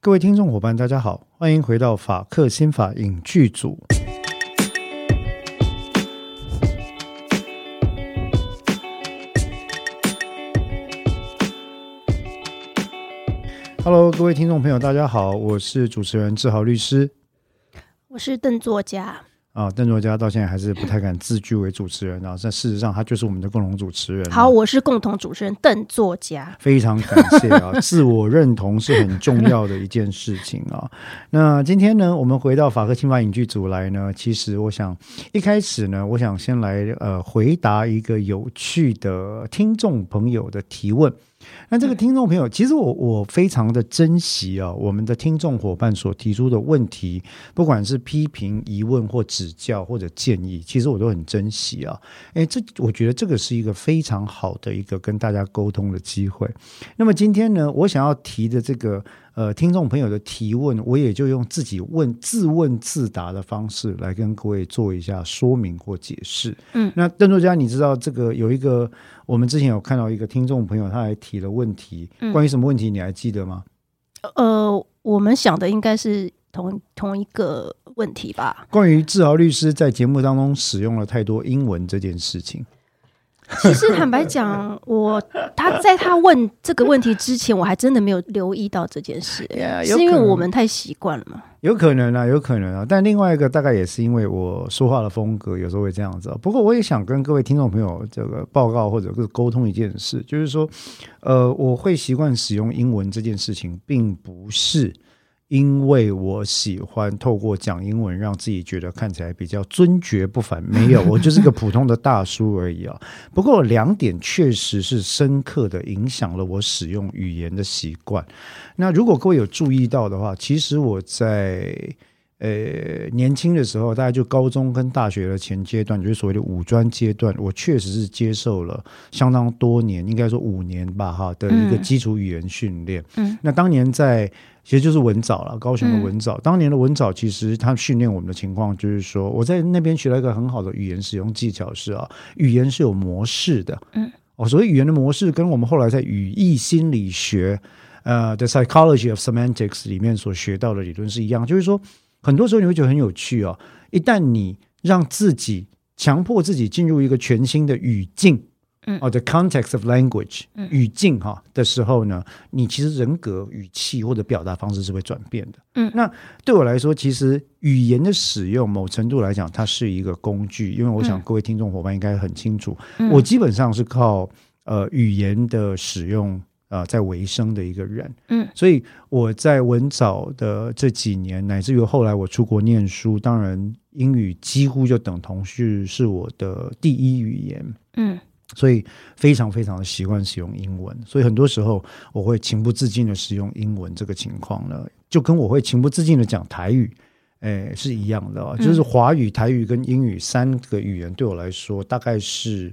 各位听众伙伴，大家好，欢迎回到法克新法影剧组。Hello，各位听众朋友，大家好，我是主持人志豪律师我是邓作家，啊。邓作家到现在还是不太敢自居为主持人啊，但事实上他就是我们的共同主持人啊。好，我是共同主持人邓作家。非常感谢啊， 自我认同是很重要的一件事情啊。那今天呢，我们回到法科新法影剧组来呢，其实我想一开始呢，我想先来呃回答一个有趣的听众朋友的提问。那这个听众朋友，其实我我非常的珍惜啊，我们的听众伙伴所提出的问题，不管是批评、疑问或指教或者建议，其实我都很珍惜啊。哎，这我觉得这个是一个非常好的一个跟大家沟通的机会。那么今天呢，我想要提的这个呃听众朋友的提问，我也就用自己问自问自答的方式来跟各位做一下说明或解释。嗯，那邓作家，你知道这个有一个我们之前有看到一个听众朋友，他还提了问题，嗯关于什么问题你还记得吗？呃，我们想的应该是同同一个问题吧？关于志豪律师在节目当中使用了太多英文这件事情。其实坦 白讲，我他在他问这个问题之前，我还真的没有留意到这件事， Yeah，有是因为可能我们太习惯了嘛。有可能啊，有可能啊，但另外一个大概也是因为我说话的风格有时候会这样子、啊。不过我也想跟各位听众朋友这个报告或者是沟通一件事，就是说，呃，我会习惯使用英文这件事情，并不是因为我喜欢透过讲英文让自己觉得看起来比较尊爵不凡，没有，我就是个普通的大叔而已啊。不过两点确实是深刻的影响了我使用语言的习惯。那如果各位有注意到的话，其实我在呃年轻的时候，大概就高中跟大学的前阶段，就是所谓的五专阶段，我确实是接受了相当多年，应该说五年吧哈的一个嗯基础语言训练。嗯，那当年在其实就是文藻了，高雄的文藻。当年的文藻其实他训练我们的情况就是说，我在那边学了一个很好的语言使用技巧是啊，语言是有模式的。嗯，哦，所谓语言的模式跟我们后来在语义心理学呃的 psychology of semantics 里面所学到的理论是一样，就是说很多时候你会觉得很有趣哦，一旦你让自己强迫自己进入一个全新的语境。嗯哦，the context of language 嗯语境哈、的时候呢，你其实人格、语气或者表达方式是会转变的。嗯那对我来说，其实语言的使用，某程度来讲，它是一个工具，因为我想嗯各位听众伙伴应该很清楚，嗯我基本上是靠呃语言的使用。呃，在维生的一个人，嗯，所以我在文藻的这几年，乃至于后来我出国念书，当然英语几乎就等同是是我的第一语言，嗯所以非常非常的习惯使用英文，所以很多时候我会情不自禁的使用英文这个情况呢，就跟我会情不自禁的讲台语，诶、是一样的、哦，嗯就是华语、台语跟英语三个语言对我来说大概是。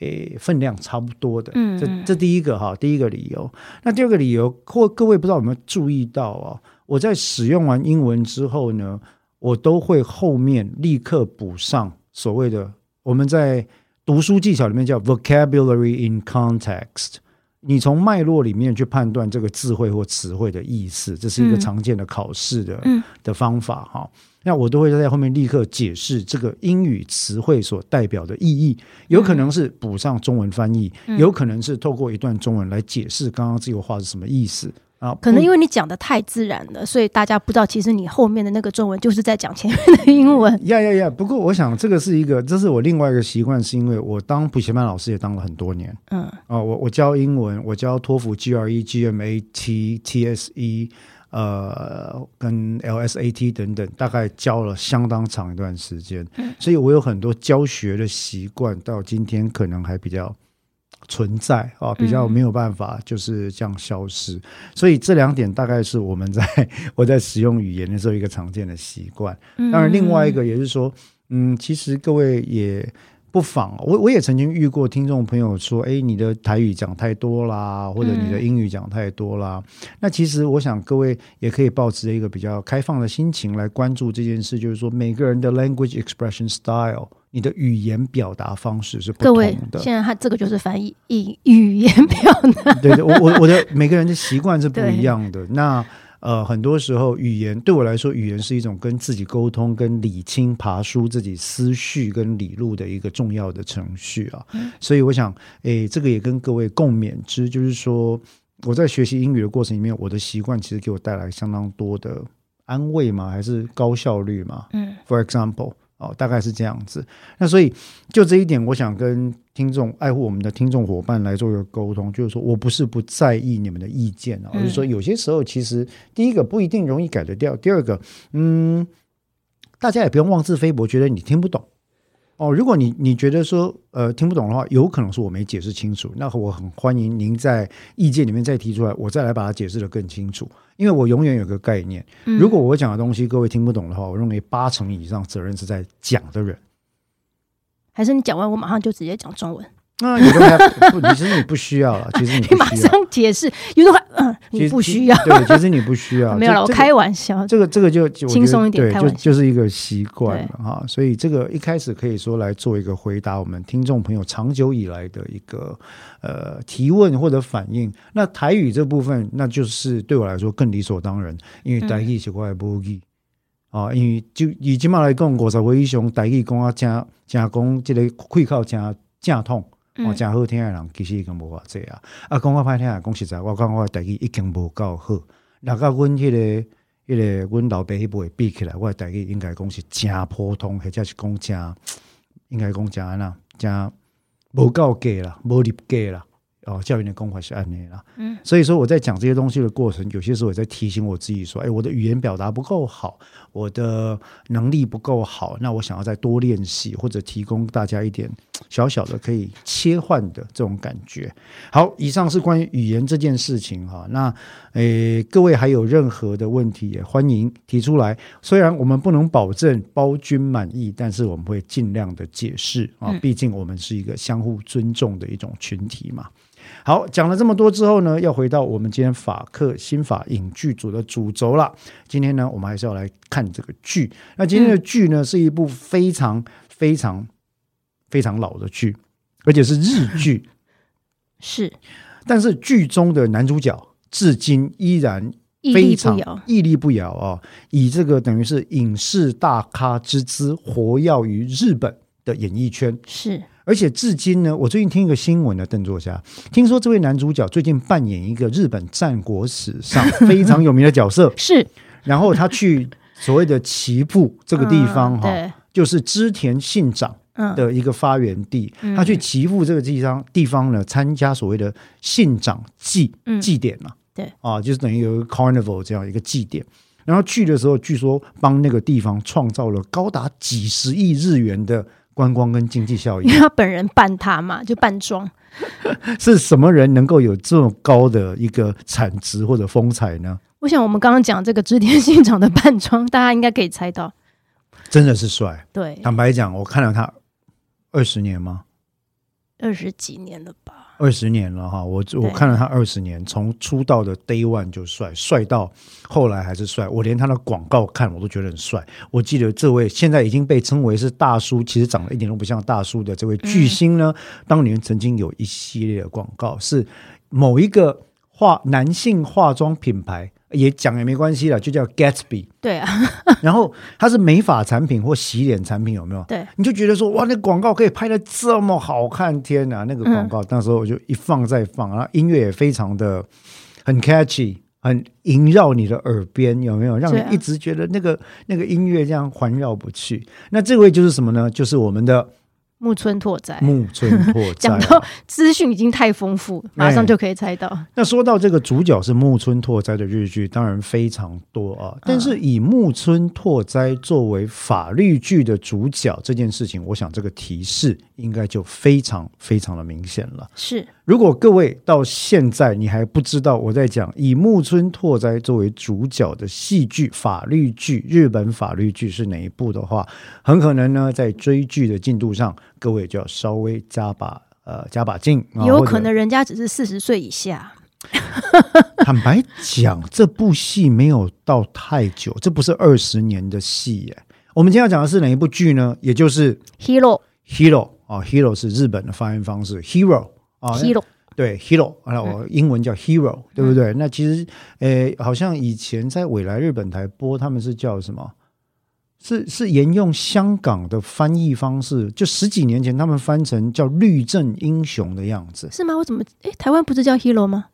诶，分量差不多的，嗯这嗯这第一个哈，第一个理由。那第二个理由，或各位不知道有没有注意到啊？我在使用完英文之后呢，我都会后面立刻补上所谓的我们在读书技巧里面叫 vocabulary in context。你从脉络里面去判断这个智慧或词汇的意思，这是一个嗯常见的考试的、嗯的方法哈。那我都会在后面立刻解释这个英语词汇所代表的意义，有可能是补上中文翻译，嗯有可能是透过一段中文来解释刚刚这个话是什么意思啊。可能因为为你讲的太自然了，所以大家不知道，其实你后面的那个中文就是在讲前面的英文。呀呀呀！不过我想这个是一个，这是我另外一个习惯，是因为我当补习班老师也当了很多年。嗯啊、我我教英文，我教托福 E GRE、GMAT、TSE，呃，跟 LSAT 等等，大概教了相当长一段时间，嗯所以我有很多教学的习惯，到今天可能还比较存在啊、比较嗯没有办法就是这样消失。所以这两点大概是我们在 我在使用语言的时候一个常见的习惯。嗯当然，另外一个也是说，嗯，其实各位也不妨，我我也曾经遇过听众朋友说，哎，你的台语讲太多啦，或者你的嗯英语讲太多啦。那其实我想各位也可以保持一个比较开放的心情来关注这件事，就是说每个人的 language expression style，你的语言表达方式是不各同位，的。现在他这个就是翻译语语言表达。对对，我我我的每个人的习惯是不一样的。那呃，很多时候语言对我来说，语言是一种跟自己沟通、跟理清、爬梳自己思绪跟理路的一个重要的程序啊。嗯所以我想，诶，这个也跟各位共勉之，就是说我在学习英语的过程里面，我的习惯其实给我带来相当多的安慰嘛，还是高效率嘛。嗯 For example，哦，大概是这样子。那所以就这一点，我想跟听众爱护我们的听众伙伴来做一个沟通，就是说我不是不在意你们的意见啊，我是嗯说有些时候其实第一个不一定容易改得掉，第二个，嗯，大家也不用妄自菲薄，觉得你听不懂。哦，如果你你觉得说呃听不懂的话，有可能是我没解释清楚，那我很欢迎您在意见里面再提出来，我再来把它解释的更清楚，因为我永远有个概念，嗯如果我讲的东西各位听不懂的话，我认为八成以上责任是在讲的人。还是你讲完，我马上就直接讲中文，那你都还不，其实你不需要了，其实你 你不马需要，上解释，有 种嗯，其你实不需要，对，其实你不需要。没有这了，我这个开玩笑，这个这个就就我觉得轻松一点对，开就玩笑就是一个习惯了哈。所以这个一开始可以说来做一个回答我们听众朋友长久以来的一个呃提问或者反应。那台语这部分，那就是对我来说更理所当然，因为台语是我的母语。啊，因为就以今嘛来讲，五十岁以上台语讲啊，真真讲这个开口真正痛，哦，嗯真好听的人其实已经无偌济啊。啊，讲我歹听的，讲实在，我讲我的台语已经无够好。若甲阮迄个、迄、个阮老爸迄辈比起来，我的台语应该讲是真普通，或者是讲真，应该讲真安那真无够格啦，无入格啦。哦，教育的讲法是安尼啦。嗯，所以说我在讲这些东西的过程，有些时候也在提醒我自己说，哎，我的语言表达不够好，我的能力不够好，那我想要再多练习，或者提供大家一点小小的可以切换的这种感觉。好，以上是关于语言这件事情哈。那诶，各位还有任何的问题也欢迎提出来。虽然我们不能保证包君满意，但是我们会尽量的解释啊，嗯毕竟我们是一个相互尊重的一种群体嘛。好，讲了这么多之后呢，要回到我们今天法克新法影剧组的主轴了。今天呢，我们还是要来看这个剧。那今天的剧呢，是一部非常非常非常老的剧，而且是日剧。是但是剧中的男主角至今依然屹非立不常摇，屹立不摇啊、以这个等于是影视大咖之姿活跃于日本的演艺圈。是而且至今呢，我最近听一个新闻呢，邓作家，听说这位男主角最近扮演一个日本战国史上非常有名的角 色，是然后他去所谓的岐阜这这个地方哈、嗯对，就是织田信长嗯，的一个发源地，嗯他去岐阜这个地方地方呢，参加所谓的信长祭嗯祭典嘛，对啊，就是等于有一个 carnival 这样一个祭典。然后去的时候，据说帮那个地方创造了高达几十亿日元的观光跟经济效益 因。为他本人扮他嘛，就扮装，是什么人能够有这么高的一个产值或者风采呢？我想我们刚刚讲这个织田信长的扮装，大家应该可以猜到，真的是帅。对，坦白讲，我看了他二十年吗？二十几年了吧？二十年了哈，我我看了他二十年，从出道的 Day One 就帅，帅到后来还是帅。我连他的广告看我都觉得很帅。我记得这位现在已经被称为是大叔，其实长得一点都不像大叔的这位巨星呢，当年曾经有一系列的广告是某一个化男性化妆品牌，也讲也没关系了，就叫 Gatsby。对啊，然后它是美发产品或洗脸产品，有没有？对，你就觉得说哇，那广告可以拍的这么好看，天哪！那个广嗯告、那时候我就一放再放，然后音乐也非常的很 catchy，很萦绕你的耳边，有没有？让你对啊一直觉得那个、那个音乐这样环绕不去。那这位就是什么呢？就是我们的木村拓哉。木村拓哉啊。哎 讲到资讯已经太丰富，哎马上就可以猜到。那说到这个主角是木村拓哉的日剧，当然非常多嗯啊。但是以木村拓哉作为法律剧的主角这件事情，我想这个提示应该就非常非常的明显了。是如果各位到现在你还不知道我在讲以木村拓哉作为主角的戏剧法律剧，日本法律剧是哪一部的话，很可能呢在追剧的进度上，各位就要稍微加把呃加把劲，啊、有或者可能人家只是四十岁以下， 坦白讲，这部戏没有到太久，这不是二十年的戏耶。我们今天要讲的是哪一部剧呢？也就是哦 hero Hero 嗯啊、h e r o 是日本的发音方式，Hero 啊、 hero 对，hero，那我英文叫 hero，、对不对？那其实，诶，好像以前在未来日本台播，他们是叫什么？是是沿用香港的翻译方式，就十几年前他们翻成叫“律政英雄”的样子，是吗？我怎么哎，台湾不是叫 hero 吗？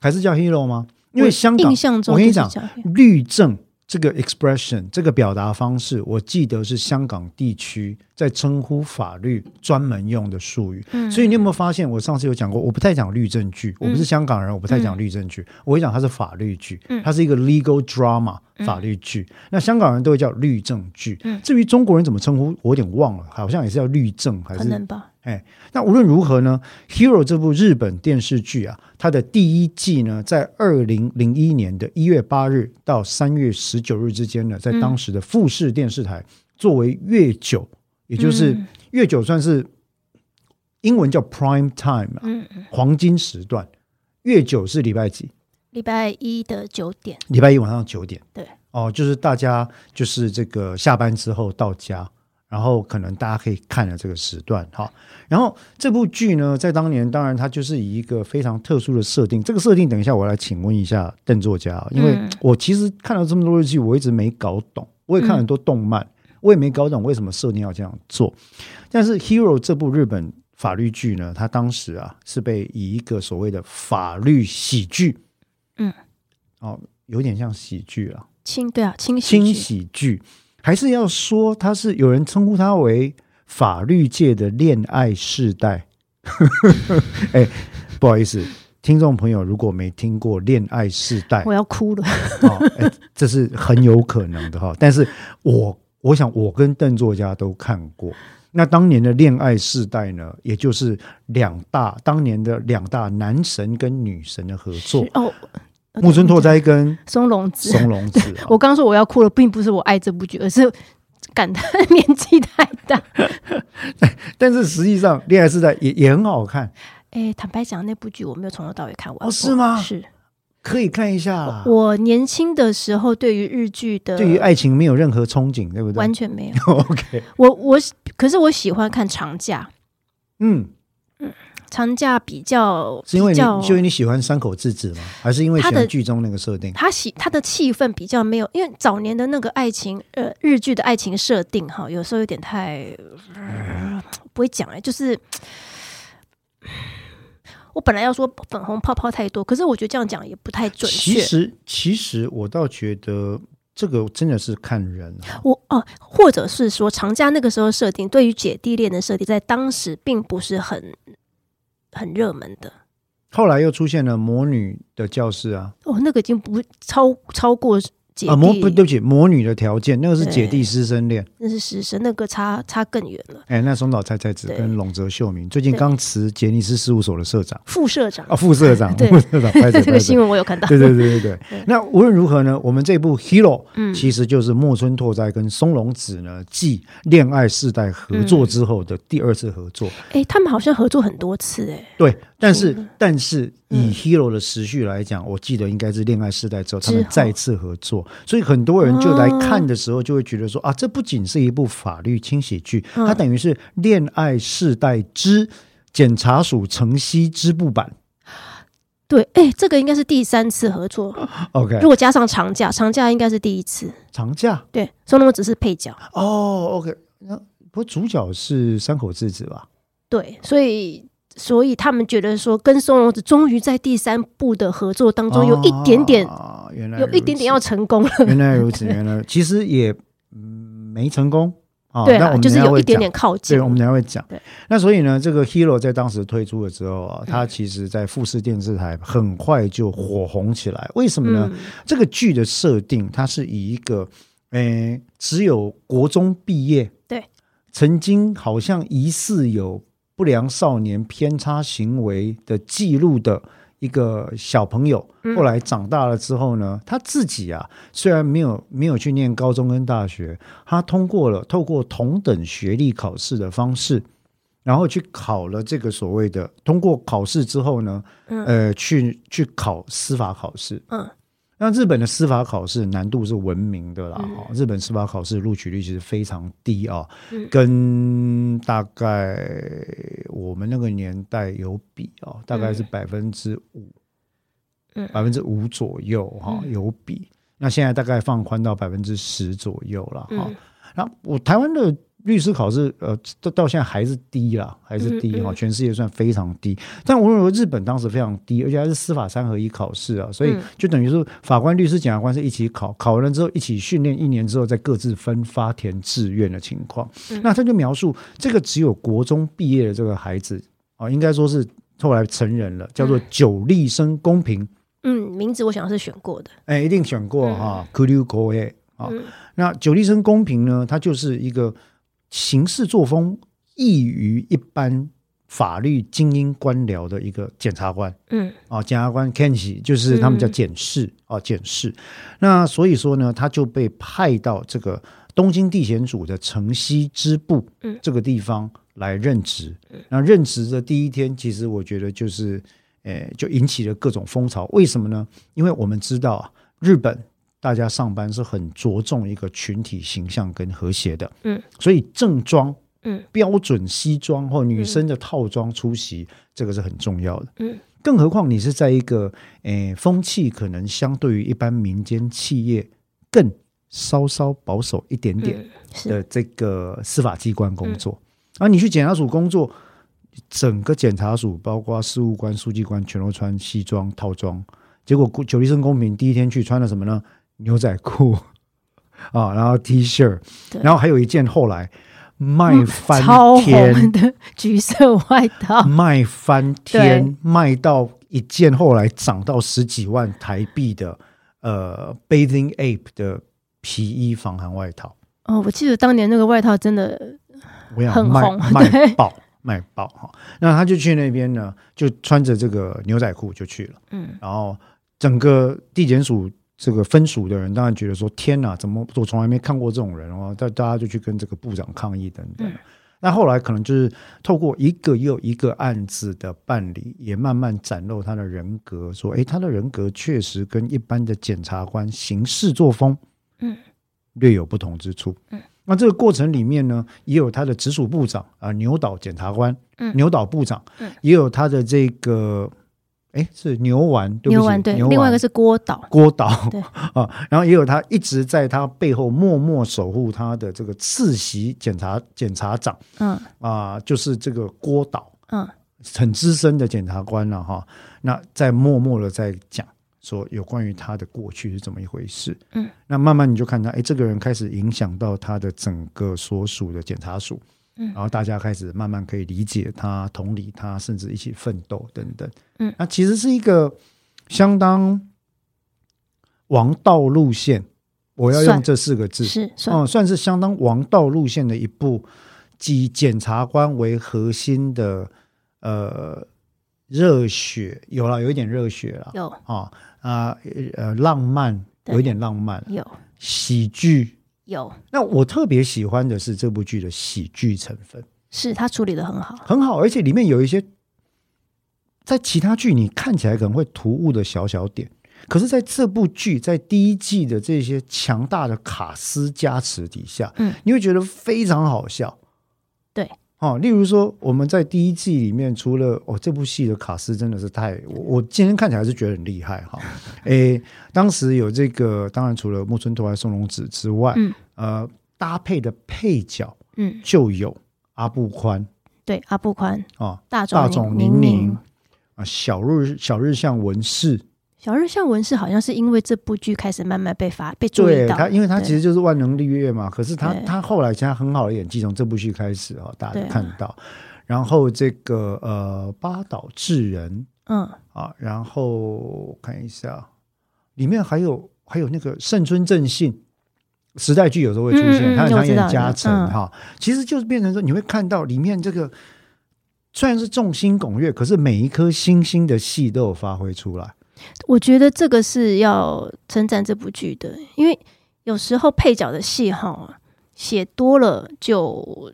还是叫 hero 吗？因为香港印象中我跟你就是讲叫 hero 律政这个 expression 这个表达方式，我记得是香港地区在称呼法律专门用的术语。嗯所以你有没有发现，我上次有讲过，我不太讲律政剧，我不是香港人，我不太讲律政剧，嗯我会讲它是法律剧，它是一个 legal drama 嗯法律剧。那香港人都会叫律政剧，至于中国人怎么称呼，我有点忘了，好像也是叫律政还可是能吧。哎，那无论如何呢，《Hero》这部日本电视剧啊，它的第一季呢，在二零零一年的一月八日到三月十九日之间呢，嗯在当时的富士电视台、作为月九，也就是嗯月九算是英文叫 prime time 啊，嗯，嗯黄金时段。月九是礼拜几？礼拜一的九点，礼拜一晚上九点，对，哦，就是大家就是这个下班之后到家，然后可能大家可以看了这个时段哈。然后这部剧呢，在当年当然它就是以一个非常特殊的设定，这个设定等一下我来请问一下邓作家，因为嗯我其实看了这么多日剧，我一直没搞懂，我也看了很多动漫，嗯我也没搞懂为什么设定要这样做。但是《Hero》这部日本法律剧呢，它当时啊是被以一个所谓的法律喜剧，嗯，哦，有点像喜剧啊，清对啊，清洗轻剧喜剧，还是要说它是有人称呼它为法律界的恋爱世代。 哎，不好意思，听众朋友，如果没听过恋爱世代，我要哭了。哦，哎这是很有可能的哈。但是我我想我跟邓作家都看过。那当年的恋爱世代呢，也就是两大当年的两大男神跟女神的合作是， 哦，木村拓哉 跟松隆子，松隆子。啊我刚刚说我要哭了，并不是我爱这部剧，而是感叹 年纪太大。但是实际上，恋爱世代也也很好看，哎，坦白讲，那部剧我没有从头到尾看完。哦是吗是可以看一下啦。我年轻的时候对于日剧的对于爱情没有任何憧憬，对不对完全没有。 ？OK，我我可是我喜欢看长假，嗯，长假比较是因为比你较就因为你喜欢山口智子吗？还是因为喜他欢的剧中那个设定？他喜他的气氛比较没有，因为早年的那个爱情，呃，日剧的爱情设定哈，有时候有点太、呃不会讲哎、就是我本来要说粉红泡泡太多，可是我觉得这样讲也不太准其确。实，其实我倒觉得这个真的是看人啊。我哦，或者是说长假那个时候设定，对于姐弟恋的设定，在当时并不是很很热门的后来又出现了魔女的教室啊，哦，那个已经不超超过姐弟，啊魔不对不起，魔女的条件那个是姐弟师生恋。那是师生，那个差差更远了。哎，那松岛菜菜子对跟龙泽秀明最近对刚辞杰尼斯事务所的社长副社长，啊，副社长， 对副社长，拍手这拍手个新闻我有看到。对对对 对对。那无论如何呢，我们这部《Hero》嗯其实就是木村拓哉跟松隆子呢继恋爱世代合作之后的第二次合作。哎，他们好像合作很多次哎，对，但是嗯但是以 Hero 的时序来讲，我记得应该是恋爱世代之后他们之后再次合作，所以很多人就来看的时候就会觉得说、啊，这不仅是一部法律轻喜剧，嗯它等于是恋爱世代之检察署城西支部版。对，哎，这个应该是第三次合作， OK，如果加上长假，长假应该是第一次。长假对，松隆只是配角，哦，OK，那不过主角是山口智子吧？对，所以所以他们觉得说，跟松隆子终于在第三部的合作当中有一点点，啊、原来有一点点要如嗯成功了。此， 原来如此，原来其实也嗯没成功啊，对但我啊，们就是等一下有会一点讲点靠近对，。我们等一下会讲对。那所以呢，这个 Hero 在当时推出了之后嗯啊，它其实在富士电视台很快就火红起来。为什么呢？嗯这个剧的设定，它是以一个，诶、只有国中毕业，对，曾经好像疑似有不良少年偏差行为的记录的一个小朋友，嗯后来长大了之后呢，他自己啊，虽然没有没有去念高中跟大学，他通过了透过同等学历考试的方式。然后去考了这个所谓的通过考试之后呢，嗯呃，去去考司法考试，嗯那日本的司法考试难度是闻名的啦，哈、日本司法考试录取率其实非常低啊、嗯跟大概我们那个年代有比啊、大概是百分之五，嗯百分之五左右哈、有比。那现在大概放宽到百分之十左右了哈、嗯然后我台湾的律师考试，呃，到到现在还是低啦，还是低嗯哈、嗯全世界算非常低。但我认为日本当时非常低，而且还是司法三合一考试啊，所以嗯就等于是法官、律师、检察官是一起考，考完了之后一起训练一年之后，再各自分发填志愿的情况。嗯那他就描述这个只有国中毕业的这个孩子啊、应该说是后来成人了，叫做九立生公平。嗯，名字我想是选过的，哎，一定选过哈 k u r u k o e 啊。嗯那久立生公平呢，它就是一个行事作风异于一般法律精英官僚的一个检察官嗯啊，检察官 Kenshi 就是他们叫嗯检视啊，检视。那所以说呢，他就被派到这个东京地检署的城西支部嗯这个地方来任职。那任职的第一天，其实我觉得就是，呃，就引起了各种风潮。为什么呢？因为我们知道啊，日本大家上班是很着重一个群体形象跟和谐的，嗯，所以正装。嗯，标准西装或女生的套装出席，这个是很重要的。嗯，更何况你是在一个诶风气可能相对于一般民间企业更稍稍保守一点点，嗯是的这个司法机关嗯工作，而、你去检察署工作，整个检察署包括事务官、书记官全都穿西装套装，结果九立生公平第一天去穿了什么呢？牛仔裤啊，然后 T 恤，对嗯然后还有一件后来卖翻超天，红的橘色外 套，卖翻对天，卖到一件后来涨到十几万台币的呃 Bathing Ape 的皮衣防寒外套。哦，我记得当年那个外套真的，我想很卖红对卖爆卖爆哈。那他就去那边呢，就穿着这个牛仔裤就去了，嗯然后整个地检署。这个分署的人当然觉得说：“天哪，怎么我从来没看过这种人哦！”大大家就去跟这个部长抗议等等。嗯那后来可能就是透过一个又一个案子的办理，也慢慢展露他的人格，说：“诶，他的人格确实跟一般的检察官行事作风，嗯，略有不同之处。”那这个过程里面呢，也有他的直属部长啊、牛岛检察官，嗯牛岛部长，嗯也有他的这个，哎，是牛丸，对不起牛丸对，另外一个是郭岛，郭岛对啊，然后也有他一直在他背后默默守护他的这个次席检察检察长嗯啊、就是这个郭岛，嗯很资深的检察官了、哈，那在默默的在讲说有关于他的过去是怎么一回事。嗯，那慢慢你就看他，哎，这个人开始影响到他的整个所属的检察署，嗯然后大家开始慢慢可以理解他、同理他，甚至一起奋斗等等。嗯，那其实是一个相当王道路线，我要用算这四个字，是算哦，算是相当王道路线的一部，以检察官为核心的，呃，热血有了，有一点热血了，有啊啊呃，浪漫对有一点浪漫，有喜剧。有，那我特别喜欢的是这部剧的喜剧成分是他处理的很好，很好，而且里面有一些在其他剧你看起来可能会突兀的小小点，可是在这部剧在第一季的这些强大的卡斯加持底下，嗯，你会觉得非常好笑。对，哦，例如说我们在第一季里面，除了哦这部戏的卡斯真的是太，我我今天看起来还是觉得很厉害 哈。诶，当时有这个，当然除了木村拓哉、松隆子之外，嗯，呃，搭配的配角嗯，就有阿布宽对，阿布宽、啊、大大冢冢宁宁宁宁、啊，小日小日向文世，小日向文世好像是因为这部剧开始慢慢被发被注意对到，他，因为他对其实就是万能绿叶嘛。可是他对他后来其实他很好的演技，从这部剧开始哦，大家对都啊看到。然后这个呃八岛智人嗯啊，然后我看一下，里面还有还有那个盛村正信。时代剧有时候会出嗯嗯现，嗯他很我常知道演嘉诚嗯哈，其实就是变成说，你会看到里面这个虽然是众星拱月，可是每一颗星星的戏都有发挥出来。我觉得这个是要称赞这部剧的，因为有时候配角的戏哈写多了就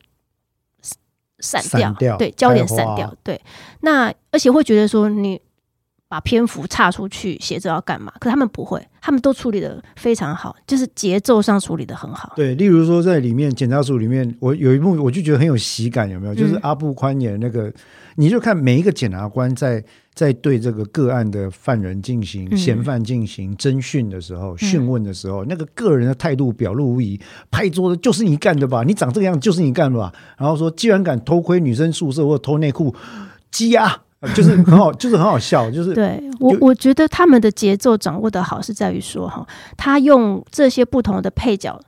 散散掉对，焦点开花散掉，对。那而且会觉得说你把篇幅岔出去写着要干嘛，可他们不会，他们都处理的非常好，就是节奏上处理的很好。对，例如说在里面检查组里面，我有一幕我就觉得很有喜感，有没有？就是阿布宽演那个，你就看每一个检察官在在对这个个案的犯人进行、嗯嫌犯进行侦讯的时候、讯问的时候，那个个人的态度表露无遗，拍桌子就是你干的吧？你长这个样子就是你干的吧？然后说，既然敢偷窥女生宿舍或偷内裤，鸡啊！就是很好，就是很好笑，就是对我就，我觉得他们的节奏掌握的好，是在于说哈，他用这些不同的配角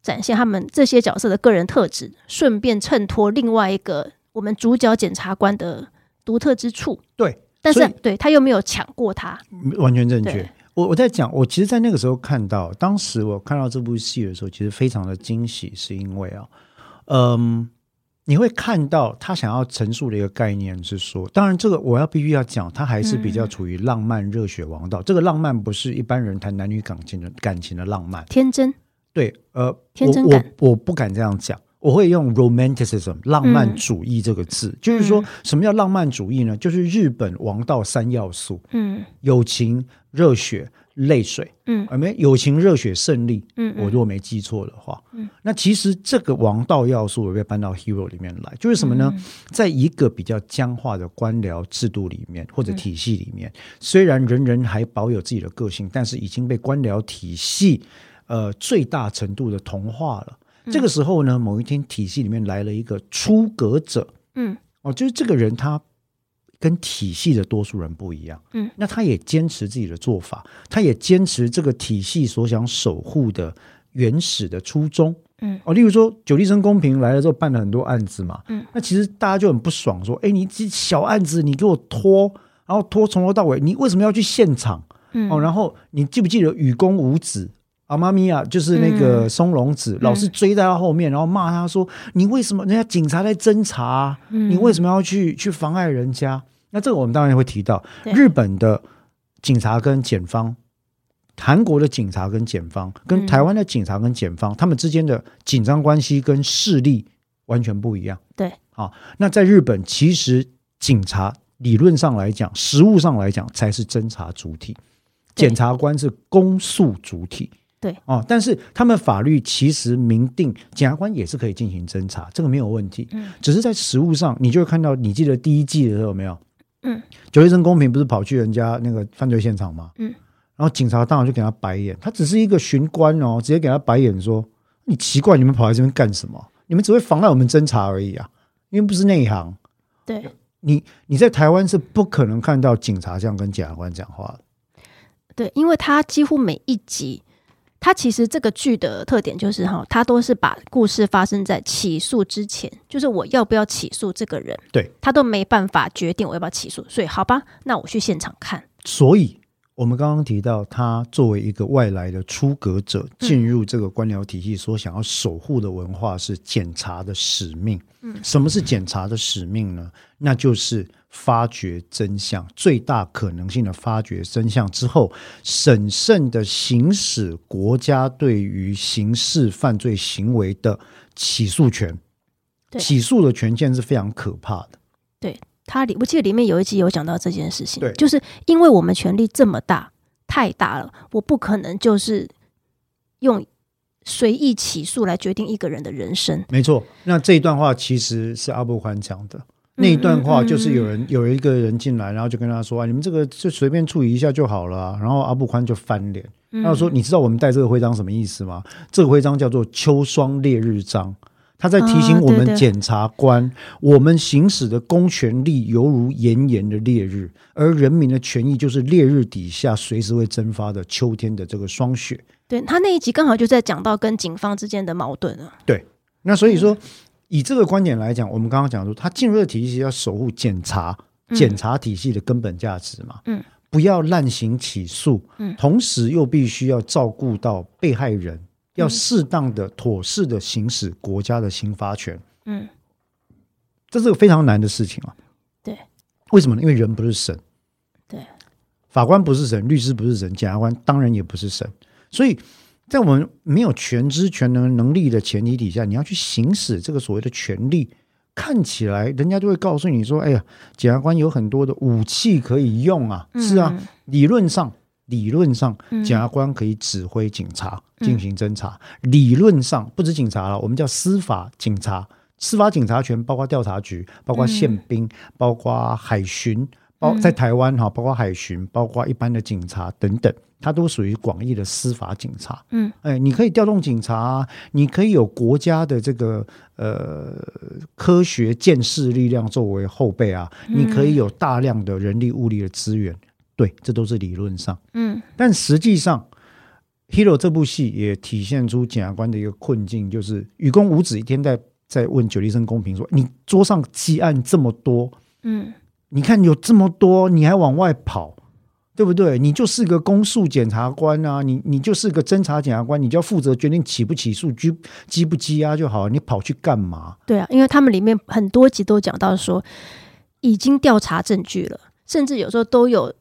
展现他们这些角色的个人特质，顺便衬托另外一个我们主角检察官的独特之处。对，但所是以对他又没有抢过他，完全正确对。我我在讲，我其实，在那个时候看到，当时我看到这部戏的时候，其实非常的惊喜，是因为啊，嗯，你会看到他想要陈述的一个概念是说，当然这个我要必须要讲，他还是比嗯较处于浪漫热血王道。这个浪漫不是一般人谈男女感情的感情的浪漫，天真，对，呃，天真感我我我不敢这样讲，我会用 romanticism 浪漫嗯主义这个字，就是说什么叫浪漫主义呢？就是日本王道三要素，嗯友情、热血、泪水，嗯啊，没友情、热血、胜利，嗯我如果没记错的话，那其实这个王道要素有被搬到 hero 里面来，就是什么呢？嗯在一个比较僵化的官僚制度里嗯面或者体系里面，虽然人人还保有自己的个性，但是已经被官僚体系呃最大程度的同化了。嗯这个时候呢，某一天体系里面来了一个出格者，嗯哦，就是这个人他跟体系的多数人不一样，嗯，那他也坚持自己的做法，他也坚持这个体系所想守护的原始的初衷，嗯，哦，例如说九地生公平来了之后办了很多案子嘛，嗯，那其实大家就很不爽，说，哎，你这小案子你给我拖，然后拖从头到尾，你为什么要去现场？嗯哦，然后你记不记得《雨宫五子》阿妈咪呀，就是那嗯个松隆子，老是追在他后面，然后骂他说：“你为什么人家警察在侦查啊、嗯你为什么要去去妨碍人家？”那这个我们当然会提到对日本的警察跟检方。韩国的警察跟检方，嗯跟台湾的警察跟检方，他们之间的紧张关系跟势力完全不一样。对，啊，那在日本，其实警察理论上来讲，实务上来讲才是侦查主体，对检察官是公诉主体。对哦，但是他们法律其实明定，检察官也是可以进行侦查，这个没有问题。嗯，只是在实务上，你就会看到，你记得第一季的时候有没有？嗯，九一真公平不是跑去人家那个犯罪现场吗？嗯，然后警察当场就给他白眼，他只是一个巡官哦，直接给他白眼说：“你奇怪，你们跑来这边干什么？你们只会妨碍我们侦查而已啊，因为不是内行。”对。你你在台湾是不可能看到警察这样跟检察官讲话的。对，因为他几乎每一集，他其实这个剧的特点就是哈，他都是把故事发生在起诉之前，就是我要不要起诉这个人，对他都没办法决定我要不要起诉，所以好吧，那我去现场看，所以，我们刚刚提到，他作为一个外来的出格者，进入这个官僚体系所想要守护的文化是检察的使命。嗯，什么是检察的使命呢？那就是发掘真相，最大可能性的发掘真相之后，审慎的行使国家对于刑事犯罪行为的起诉权。对起诉的权限是非常可怕的。他里我记得里面有一集有讲到这件事情对，就是因为我们权力这么大，太大了，我不可能就是用随意起诉来决定一个人的人生，没错，那这一段话其实是阿布宽讲的。那一段话就是有嗯人、有一个人进来，然后就跟他说：“啊，你们这个就随便处理一下就好了啊、然后阿布宽就翻脸，嗯他就说：“你知道我们带这个徽章什么意思吗？这个徽章叫做秋霜烈日章，他在提醒啊我对们对检察官，我们行使的公权力犹如炎炎的烈日，而人民的权益就是烈日底下随时会蒸发的秋天的这个霜雪。”对他那一集刚好就在讲到跟警方之间的矛盾啊，那所以说，以这个观点来讲，我们刚刚讲说，他进入的体系要守护检察检察体系的根本价值嘛，嗯，不要滥行起诉，嗯，同时又必须要照顾到被害人，嗯要适当的、妥适的行使国家的刑罚权，嗯，这是个非常难的事情啊。对，为什么呢？因为人不是神，对，法官不是神，律师不是神，检察官当然也不是神，所以在我们没有全知全能能力的前提底下，你要去行使这个所谓的权利，看起来人家就会告诉你说：“哎呀，检察官有很多的武器可以用啊。”是啊，理论上，理论上，嗯，检察官可以指挥警察嗯进行侦查。理论上，不止警察了，我们叫司法警察。司法警察权包括调查局，包括宪兵，包括海巡，包嗯在台湾哈，包括海巡，包括一般的警察等等，它都属于广义的司法警察。嗯，哎，你可以调动警察啊，你可以有国家的这个呃科学建设力量作为后备啊，嗯你可以有大量的人力物力的资源，对，这都是理论上。嗯但实际上，《Hero》这部戏也体现出检察官的一个困境，就是愚公无子一天在在问九黎生公平说：“你桌上积案这么多，嗯你看有这么多，你还往外跑，对不对？你就是个公诉检察官啊，你你就是个侦查检察官，你就要负责决定起不起诉、拘羁不羁押就好，你跑去干嘛？对啊，因为他们里面很多集都讲到说，已经调查证据了，甚至有时候都有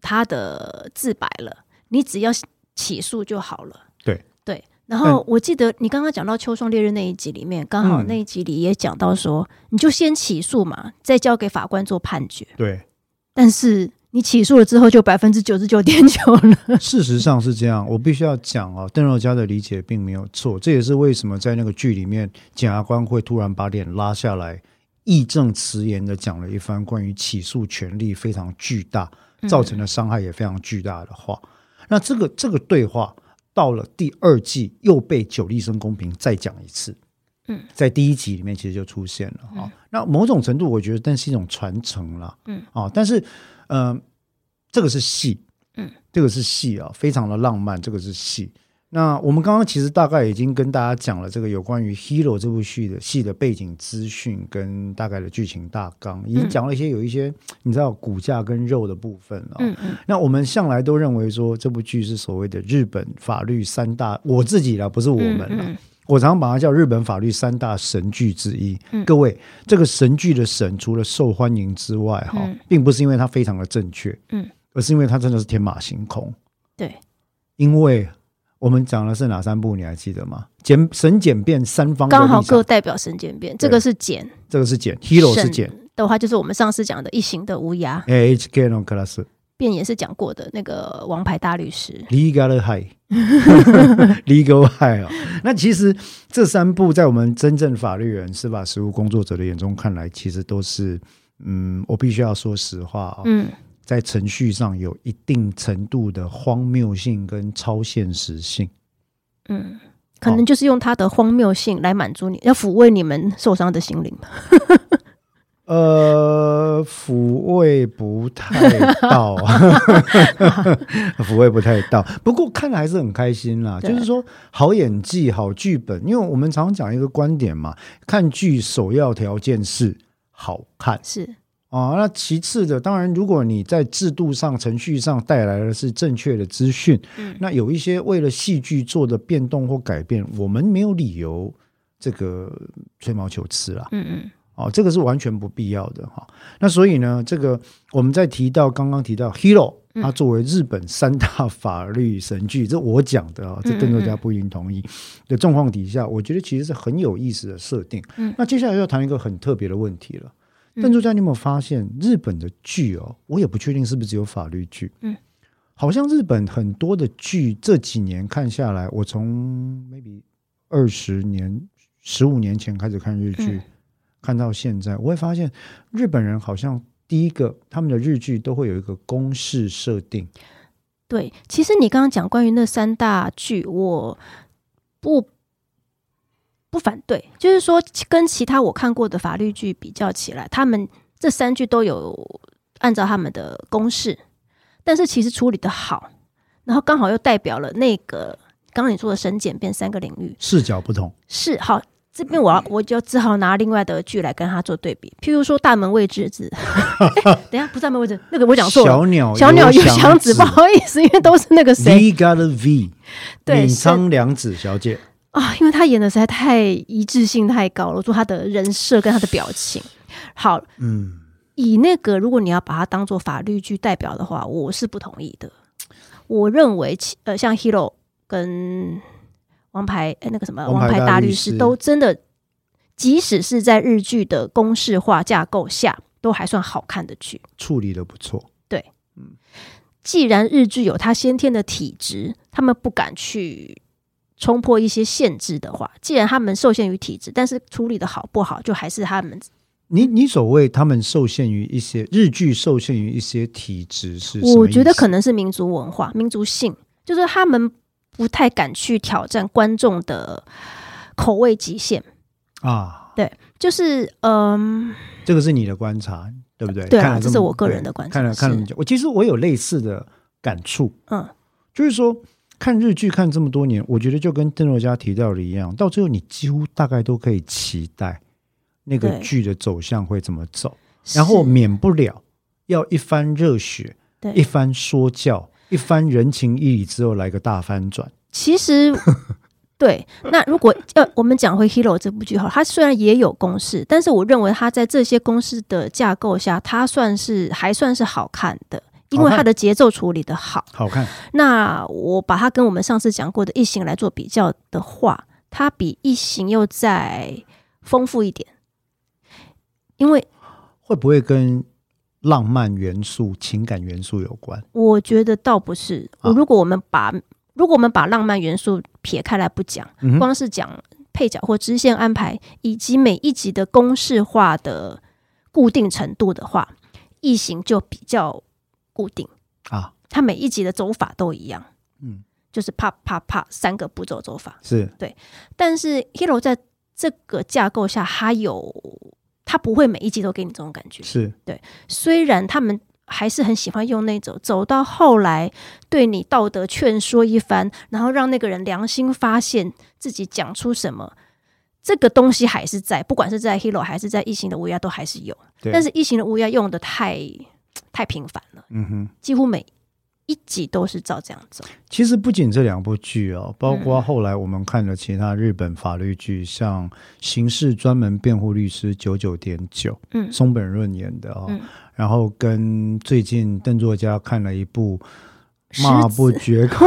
他的自白了，你只要起诉就好了。对对。嗯然后我记得你刚刚讲到《秋霜烈日》那一集里面，刚好嗯那一集里也讲到说，你就先起诉嘛，再交给法官做判决。对，但是你起诉了之后，就百分之九十九点九了。事实上是这样，我必须要讲哦，邓若嘉的理解并没有错，这也是为什么在那个剧里面，检察官会突然把脸拉下来，义正辞严的讲了一番关于起诉权力非常巨大，造成的伤害也非常巨大的话。那这个这个对话到了第二季又被九立生公平再讲一次。嗯，在第一集里面其实就出现了哈、那某种程度我觉得，但是一种传承啦。嗯，啊，但是，嗯、这个是戏，嗯，这个是戏啊，非常的浪漫，这个是戏。那我们刚刚其实大概已经跟大家讲了这个有关于《Hero》这部戏的戏的背景资讯跟大概的剧情大纲，已嗯经讲了一些有一些你知道骨架跟肉的部分啊了、嗯嗯那我们向来都认为说这部剧是所谓的日本法律三大，我自己啦，不是我们啦，嗯我常把它叫日本法律三大神剧之一。嗯各位，这个神剧的神，除了受欢迎之外，哈、嗯并不是因为它非常的正确，嗯，而是因为它真的是天马行空。对，因为我们讲的是哪三部，你还记得吗？检神检辩三方的刚好立场各代表神检辩，这个是检这个是检，Hero 是审检的话，就是我们上次讲的一行的乌鸦， ，HK no class 辩也是讲过的那个王牌大律师。 legal high，legal high 哦。那其实这三部在我们真正法律人、司法实务工作者的眼中看来，其实都是。嗯，我必须要说实话啊、嗯在程序上有一定程度的荒谬性跟超现实性。嗯，可能就是用他的荒谬性来满足你，要抚慰你们受伤的心灵吧。呃，抚慰不太到， 抚慰不太到。不过看了还是很开心啦。对就是说，好演技、好剧本，因为我们常讲一个观点嘛，看剧首要条件是好看。是，啊、那其次的，当然，如果你在制度上、程序上带来的是正确的资讯，嗯那有一些为了戏剧做的变动或改变，我们没有理由这个吹毛求疵啦。嗯嗯哦，这个是完全不必要的哈、那所以呢，这个我们在提到刚刚提到 Hero，它作为日本三大法律神剧，这我讲的啊、这邓作家不一定同意的状况底下，我觉得其实是很有意思的设定。嗯那接下来要谈一个很特别的问题了。邓作家，你有没有发现日本的剧哦？我也不确定是不是只有法律剧，嗯，好像日本很多的剧这几年看下来，我从 maybe 二十年、十五年前开始看日剧，嗯看到现在，我会发现日本人好像第一个他们的日剧都会有一个公式设定，对。其实你刚刚讲关于那三大剧，我不不反对，就是说跟其他我看过的法律剧比较起来，他们这三剧都有按照他们的公式，但是其实处理的好，然后刚好又代表了那个刚刚你说的审检辩三个领域。视角不同。是好，这边我要我就只好拿另外的剧来跟他做对比，譬如说《大门未知子》 哎等一下不是《大门未知》，那个我讲错了，小鸟小鸟有有祥子，不好意思，因为都是那个谁 v got V，对闵是仓良子小姐，啊，因为他演的实在太一致性太高了，我说他的人设跟他的表情，好，嗯。以那个如果你要把它当做法律剧代表的话，我是不同意的。我认为其，呃，像 Hero 跟王牌、呃、那个什么王牌牌大大律律师师都真的即使是在日剧的公式化架构下，都还算好看的剧。处理的不错。既然日剧有它先天的体质，他们不敢去冲破一些限制的话，既然他们受限于体质，但是处理的好不好，就还是他们。你你所谓他们受限于一些日剧受限于一些体制是什么意思？我觉得可能是民族文化、民族性，就是他们不太敢去挑战观众的口味极限。啊，就是嗯，这个是你的观察，对不对？对看啊，了这么是我个对人的观察。看了看了是这么久，我其实我有类似的感触，嗯，就是说看日剧看这么多年，我觉得就跟邓若嘉提到的一样，到最后你几乎大概都可以期待那个对剧的走向会怎么走，然后是免不了要一番热血，对一番说教，一番人情义理之后来个大翻转。其实对，那如果要我们讲回《Hero》这部剧哈，它虽然也有公式，但是我认为它在这些公式的架构下，它算是还算是好看的。因好为看它的节奏处理的好，好看，那我把它跟我们上次讲过的《异形》来做比较的话，它比《异形》又再丰富一点，因为会不会跟浪漫元素、情感元素有关？我觉得倒不是，啊如果我们把如果我们把浪漫元素撇开来不讲，嗯哼，光是讲配角或支线安排，以及每一集的公式化的固定程度的话，异形就比较固定，啊，它每一集的走法都一样，嗯，就是啪啪啪三个步骤走法。是但是 Hero 在这个架构下，它有它不会每一集都给你这种感觉，是，虽然他们还是很喜欢用那种走到后来对你道德劝说一番，然后让那个人良心发现自己讲出什么，这个东西还是在，不管是在 Hero 还是在异形的乌鸦都还是有，对，但是异形的乌鸦用的太太频繁了，嗯哼。几乎每一集都是照这样走。其实不仅这两部剧哦，包括后来我们看了其他日本法律剧，像《刑事专门辩护律师九九点九》，嗯松本润演的哦，嗯然后跟最近邓作家看了一部石骂子不绝 口，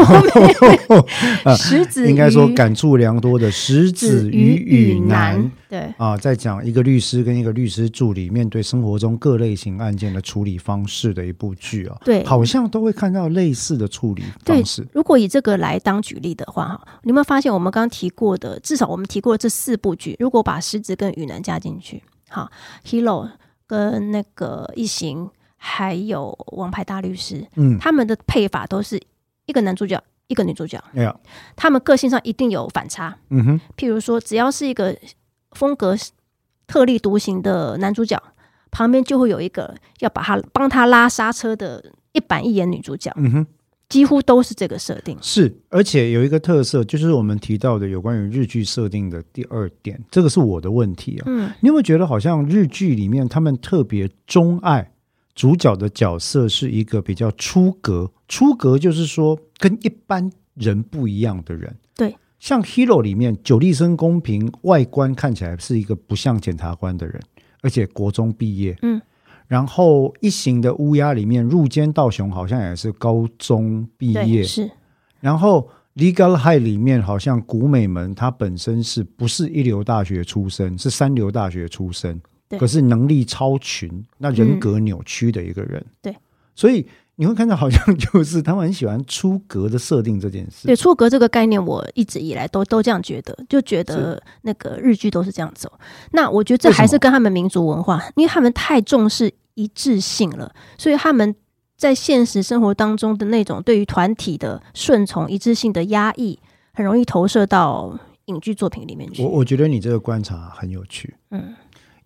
呃石子 应该说鱼感触良多的《石子与与与男》，对啊，在讲一个律师跟一个律师助理面对生活中各类型案件的处理方式的一部剧啊，对好像都会看到类似的处理方式。如果以这个来当举例的话，哈，你有没有发现我们刚刚提过的，至少我们提过这四部剧，如果把《狮子》跟《雨男》加进去，好，《Hero》跟那个《异形》，还有《王牌大律师》，嗯，他们的配法都是一个男主角，一个女主角，哎呀，他们个性上一定有反差。嗯哼，譬如说，只要是一个风格特立独行的男主角，旁边就会有一个要把他帮他拉刹车的一板一眼女主角，嗯哼，几乎都是这个设定。是，而且有一个特色，就是我们提到的有关于日剧设定的第二点，这个是我的问题啊。嗯，你有没有觉得好像日剧里面他们特别钟爱主角的角色是一个比较出格？出格就是说跟一般人不一样的人。对，像《Hero》里面久利生公平，外观看起来是一个不像检察官的人，而且国中毕业。嗯。然后《一行的乌鸦》里面，入间道雄好像也是高中毕业对，，是。然后《Legal High》里面好像古美门他本身是不是一流大学出身，是三流大学出身，对可是能力超群，那人格扭曲的一个人。对，所以你会看到好像就是他们很喜欢出格的设定这件事对。出格这个概念，我一直以来都都这样觉得，就觉得那个日剧都是这样走。那我觉得这为什么还是跟他们民族文化，因为他们太重视一致性了，所以他们在现实生活当中的那种对于团体的顺从、一致性的压抑，很容易投射到影剧作品里面去我。我觉得你这个观察很有趣。嗯，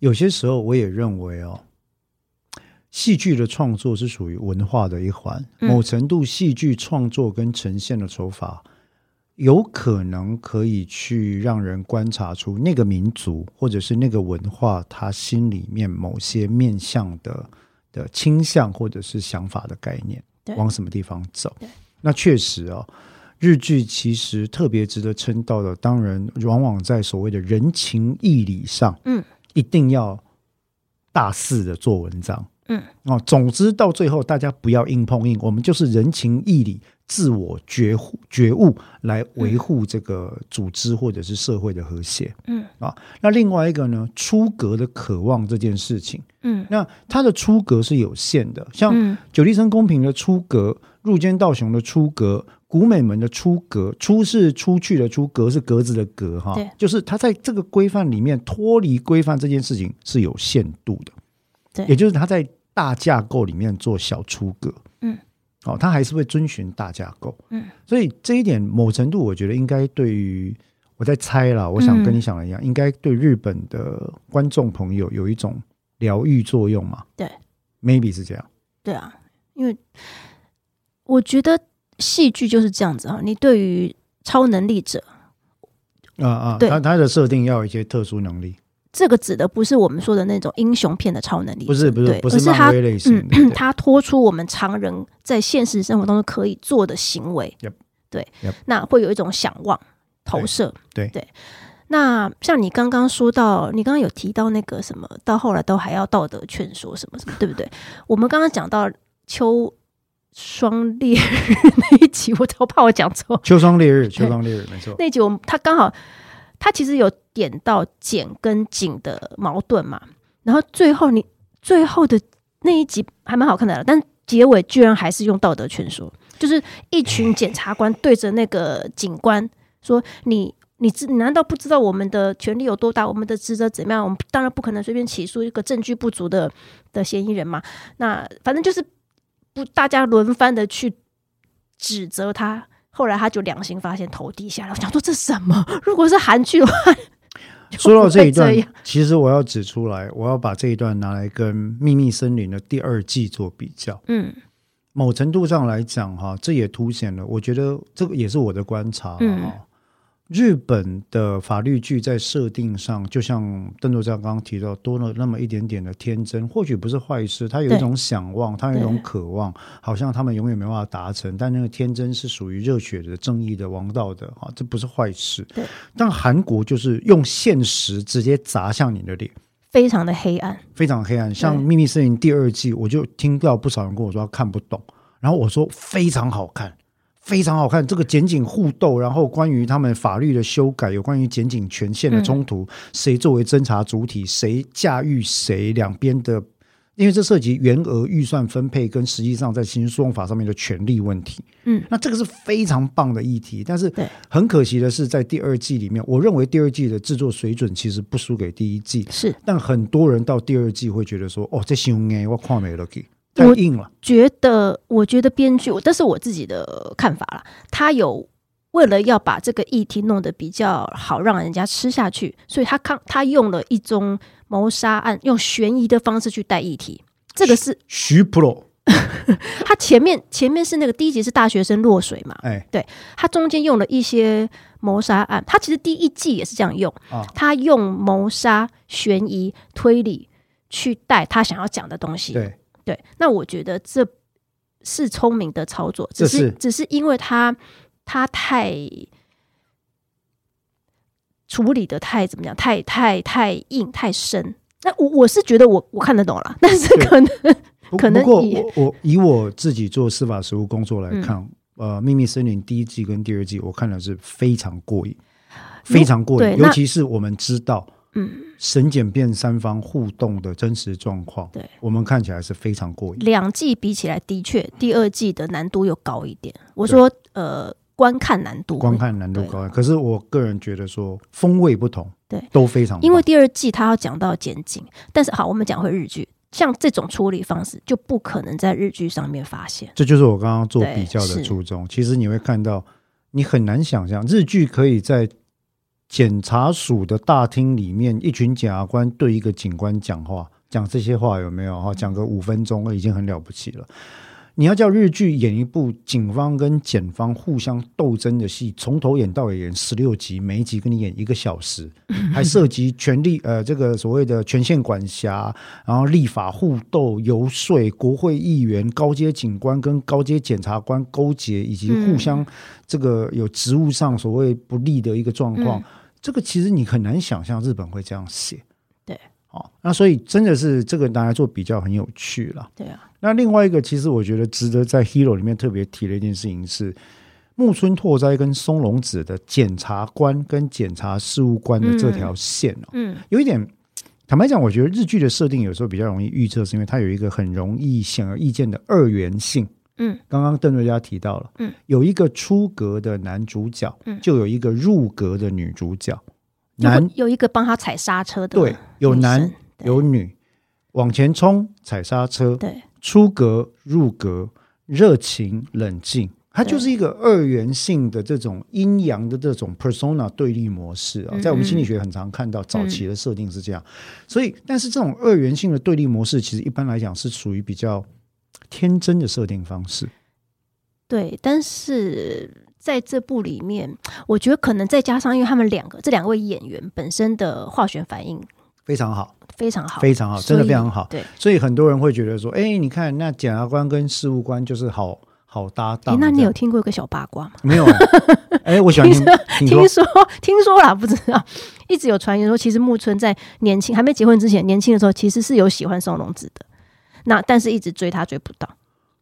有些时候我也认为哦，戏剧的创作是属于文化的一环，嗯某程度戏剧创作跟呈现的手法。有可能可以去让人观察出那个民族或者是那个文化，它心里面某些面向的的倾向或者是想法的概念，对往什么地方走对。那确实哦，日剧其实特别值得称道的，当然往往在所谓的人情义理上，嗯，一定要大肆的做文章，嗯，哦，总之到最后大家不要硬碰硬，我们就是人情义理，自我觉悟觉悟来维护这个组织或者是社会的和谐。嗯啊，那另外一个呢，出格的渴望这件事情，嗯那它的出格是有限的，像嗯久立生公平的出格，入间道雄的出格，古美门的出格，出是出去的出，格是格子的格哈对，就是他在这个规范里面脱离规范这件事情是有限度的，对也就是他在大架构里面做小出格，嗯，哦，他还是会遵循大架构，嗯，所以这一点某程度我觉得应该对于。我在猜嗯啦，我想跟你想的一样，应该对日本的观众朋友有一种疗愈作用嘛？对，maybe 是这样。对啊，因为我觉得戏剧就是这样子啊，你对于超能力者。啊啊，对它它的设定要有一些特殊能力，这个指的不是我们说的那种英雄片的超能力者，不是不是对不而是是漫他威类型嗯的，对，它脱出我们常人在现实生活当中可以做的行为。 Yep. 对 Yep. 那会有一种想望投射。对对。那像你刚刚说到，你刚刚有提到那个什么，到后来都还要道德劝说什么什么，对不 对？我们刚刚讲到秋霜烈日 那一集，我都怕我讲错。秋霜烈 日，秋霜烈日，没错，那集我们他刚好他其实有点到简跟景的矛盾嘛，然后最后你最后的那一集还蛮好看的啦，但结尾居然还是用道德劝说，就是一群检察官对着那个警官说：“你你知你难道不知道我们的权利有多大？我们的职责怎么样？我们当然不可能随便起诉一个证据不足的的嫌疑人嘛。那反正就是不大家轮番的去指责他。”后来他就良心发现，头低下来。我想说这什么？ 如果是韩剧的话， 就说到不这会一段这样，其实我要指出来，我要把这一段拿来跟《秘密森林》的第二季做比较。嗯某程度上来讲，哈，这也凸显了，我觉得这个也是我的观察了嗯哈。日本的法律剧在设定上，就像邓作章刚刚提到，多了那么一点点的天真，或许不是坏事。他有一对种想望，他有一种对渴望，好像他们永远没办法达成，但那个天真是属于热血的、正义的、王道的，哈，这不是坏事对。但韩国就是用现实直接砸向你的脸，非常的黑暗。非常黑暗。像《对秘密森林》第二季，我就听到不少人跟我说他看不懂，然后我说非常好看，非常好看。这个检警互斗，然后关于他们法律的修改，有关于检警权限嗯的冲突，谁作为侦查主体，谁驾驭谁，两边的。因为这涉及员额预算分配跟实际上在刑事诉讼法上面的权利问题，嗯，那这个是非常棒的议题，但是对很可惜的是，在第二季里面，我认为第二季的制作水准其实不输给第一季，是但很多人到第二季会觉得说，哦，这形容我看没了去，太我硬了。觉得，我觉得编剧，这是我自己的看法啦。他有为了要把这个议题弄得比较好，让人家吃下去，所以他看他用了一宗谋杀案，用悬疑的方式去带议题。这个是徐 Pro，他前面前面是那个第一集是大学生落水嘛，哎他中间用了一些谋杀案，他其实第一季也是这样用，啊他用谋杀、悬疑、推理去带他想要讲的东西。对，对，那我觉得这是聪明的操作，只这是是只是因为他他太处理的太怎么讲，太太太硬太深。那我我是觉得我我看得懂 了，但是对可能不可能不过以嗯我我以我自己做司法实务工作来看，呃，《秘密森林》第一季跟第二季，我看的是非常过瘾，非常过对瘾。那尤其是我们知道嗯，审检辩三方互动的真实状况，对我们看起来是非常过瘾。两季比起来，的确第二季的难度又高一点。我说呃，观看难度，观看难度高，可是我个人觉得说风味不同，对都非常棒。因为第二季它要讲到检警，但是好，我们讲回日剧，像这种处理方式就不可能在日剧上面发现。这就是我刚刚做对比较的是初衷。其实你会看到，你很难想象日剧可以在检察署的大厅里面，一群检察官对一个警官讲话，讲这些话有没有？哈，讲个五分钟已经很了不起了。你要叫日剧演一部警方跟检方互相斗争的戏，从头演到尾演十六集，每一集跟你演一个小时，还涉及权力呃这个所谓的权限管辖，然后立法互斗、游说国会议员、高阶警官跟高阶检察官勾结，以及互相这个有职务上所谓不利的一个状况，这个其实你很难想象日本会这样写。对，哦，那所以真的是这个拿来做比较很有趣了。对啊，那另外一个，其实我觉得值得在 Hero 里面特别提的一件事情是，木村拓哉跟松隆子的检察官跟检察事务官的这条线哦，嗯，有一点。坦白讲，我觉得日剧的设定有时候比较容易预测，是因为它有一个很容易显而易见的二元性。嗯，刚刚邓瑞佳提到了，嗯，有一个出格的男主角，嗯就有一个入格的女主角。有男有一个帮他踩刹车的，对，有女男生对有女，往前冲，踩刹车，对，出格入格，热情冷静，它对就是一个二元性的这种阴阳的这种 persona 对立模式啊，嗯在我们嗯心理学很常看到，早期的设定是这样。所以，但是这种二元性的对立模式，其实一般来讲是属于比较天真的设定方式。对，但是在这部里面，我觉得可能再加上，因为他们两个这两位演员本身的化学反应非常好，非常好，非常好，真的所以非常好。对，所以很多人会觉得说，哎，你看那检察官跟事务官就是好好搭档诶这样。那你有听过一个小八卦吗？没有、啊？哎，我喜欢听听说 听说听说啦，不知道，一直有传言说，其实木村在年轻还没结婚之前，年轻的时候其实是有喜欢松隆子的，那但是一直追他追不到。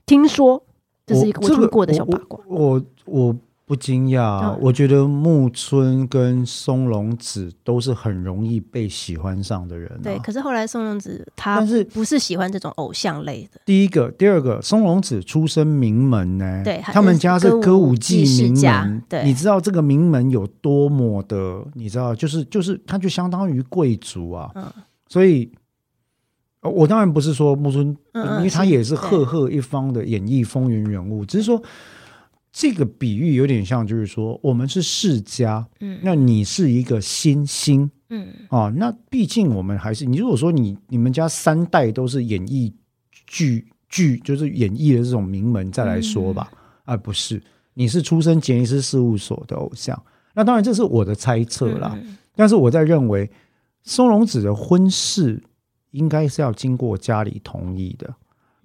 听说这是一个我哦这听过的小八卦，我我我我不惊讶啊嗯，我觉得木村跟松隆子都是很容易被喜欢上的人、啊。对。可是后来松隆子他但是不是喜欢这种偶像类的，第一个、第二个，松隆子出身名门呢、对他们家是歌舞伎名歌舞伎世门家，对你知道这个名门有多么的，你知道，就是就是，他就相当于贵族啊，嗯所以。呃我当然不是说木村嗯呃嗯因为他也是赫对赫一方的演艺风云人物，只是说这个比喻有点像，就是说我们是世家，嗯那你是一个新星嗯啊、那毕竟我们还是你如果说你你们家三代都是演艺剧剧，就是演艺的这种名门，再嗯来说吧，啊，不是，你是出身杰尼斯事务所的偶像，那当然这是我的猜测啦，嗯但是我在认为松隆子的婚事应该是要经过家里同意的。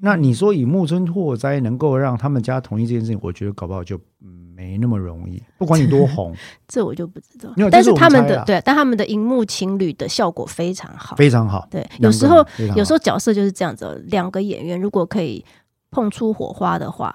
那你说以木村拓哉能够让他们家同意这件事情，我觉得搞不好就嗯没那么容易。不管你多 红，这我就不知道没有。但这是我他们猜的啦对，但他们的荧幕情侣的效果非常好，非常好。对，两有个时候非常好有时候角色就是这样子哦，两个演员如果可以碰出火花的话，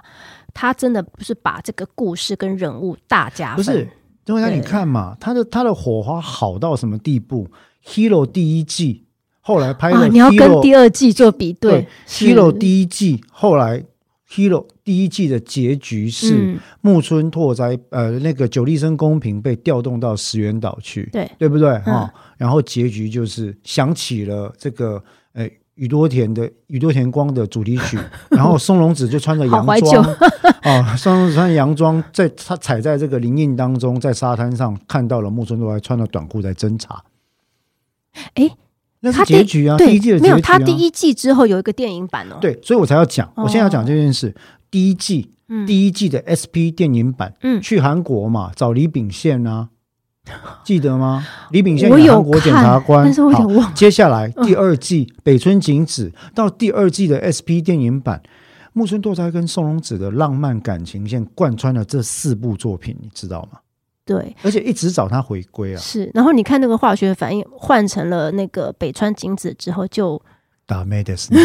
他真的不是把这个故事跟人物大加分，不是，因为他对你看嘛，他的他的火花好到什么地步？Hero 第一季后来拍啊，了你要跟 Hero 第二季做比对对，Hero 是第一季后来 Hero 第一季的结局是。嗯木村拓哉，呃，那个久利生公平被调动到石原岛去，对嗯对不对哈、然后结局就是想起了这个呃宇多田的宇多田光的主题 曲，然后松隆子就穿着洋好 怀旧装，啊，松隆子穿着洋装，在他踩在这个林荫当中，在沙滩上看到了木村拓哉穿着短裤在侦查。诶，那是他第结局啊，对，第一季的结没局、啊、有，他第一季之后有一个电影版哦，，对，所以我才要讲，我哦现在要讲这件事。第一季，嗯第一季的 SP 电影版，嗯去韩国嘛，找李秉宪 啊，记得吗？李秉宪我演有韩国检察官，看但是我有好点忘了嗯接下来第二季、北村景子到第二季的 SP 电影版，木村拓哉跟宋隆子的浪漫感情线贯穿了这四部作品，你知道吗？对而且一直找他回 归啊，是，然后你看那个化学反应换成了那个北川景子之后就，ダメですね。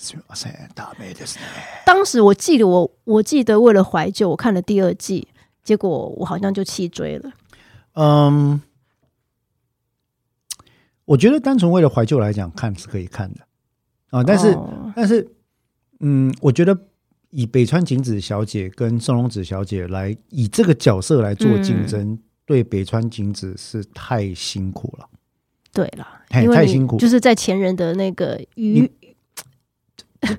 すみません、ダメですね。当时我记得我我记得为了怀旧，我看了第二季，结果我好像就弃追了，嗯，我觉得单纯为了怀旧来讲，看是可以看的啊，但是、哦但是，嗯，我觉得以北川景子小姐跟松隆子小姐来以这个角色来做竞争，对北川景子是太辛苦了。对啦，嘿因为太你辛苦就是在前人的那个你余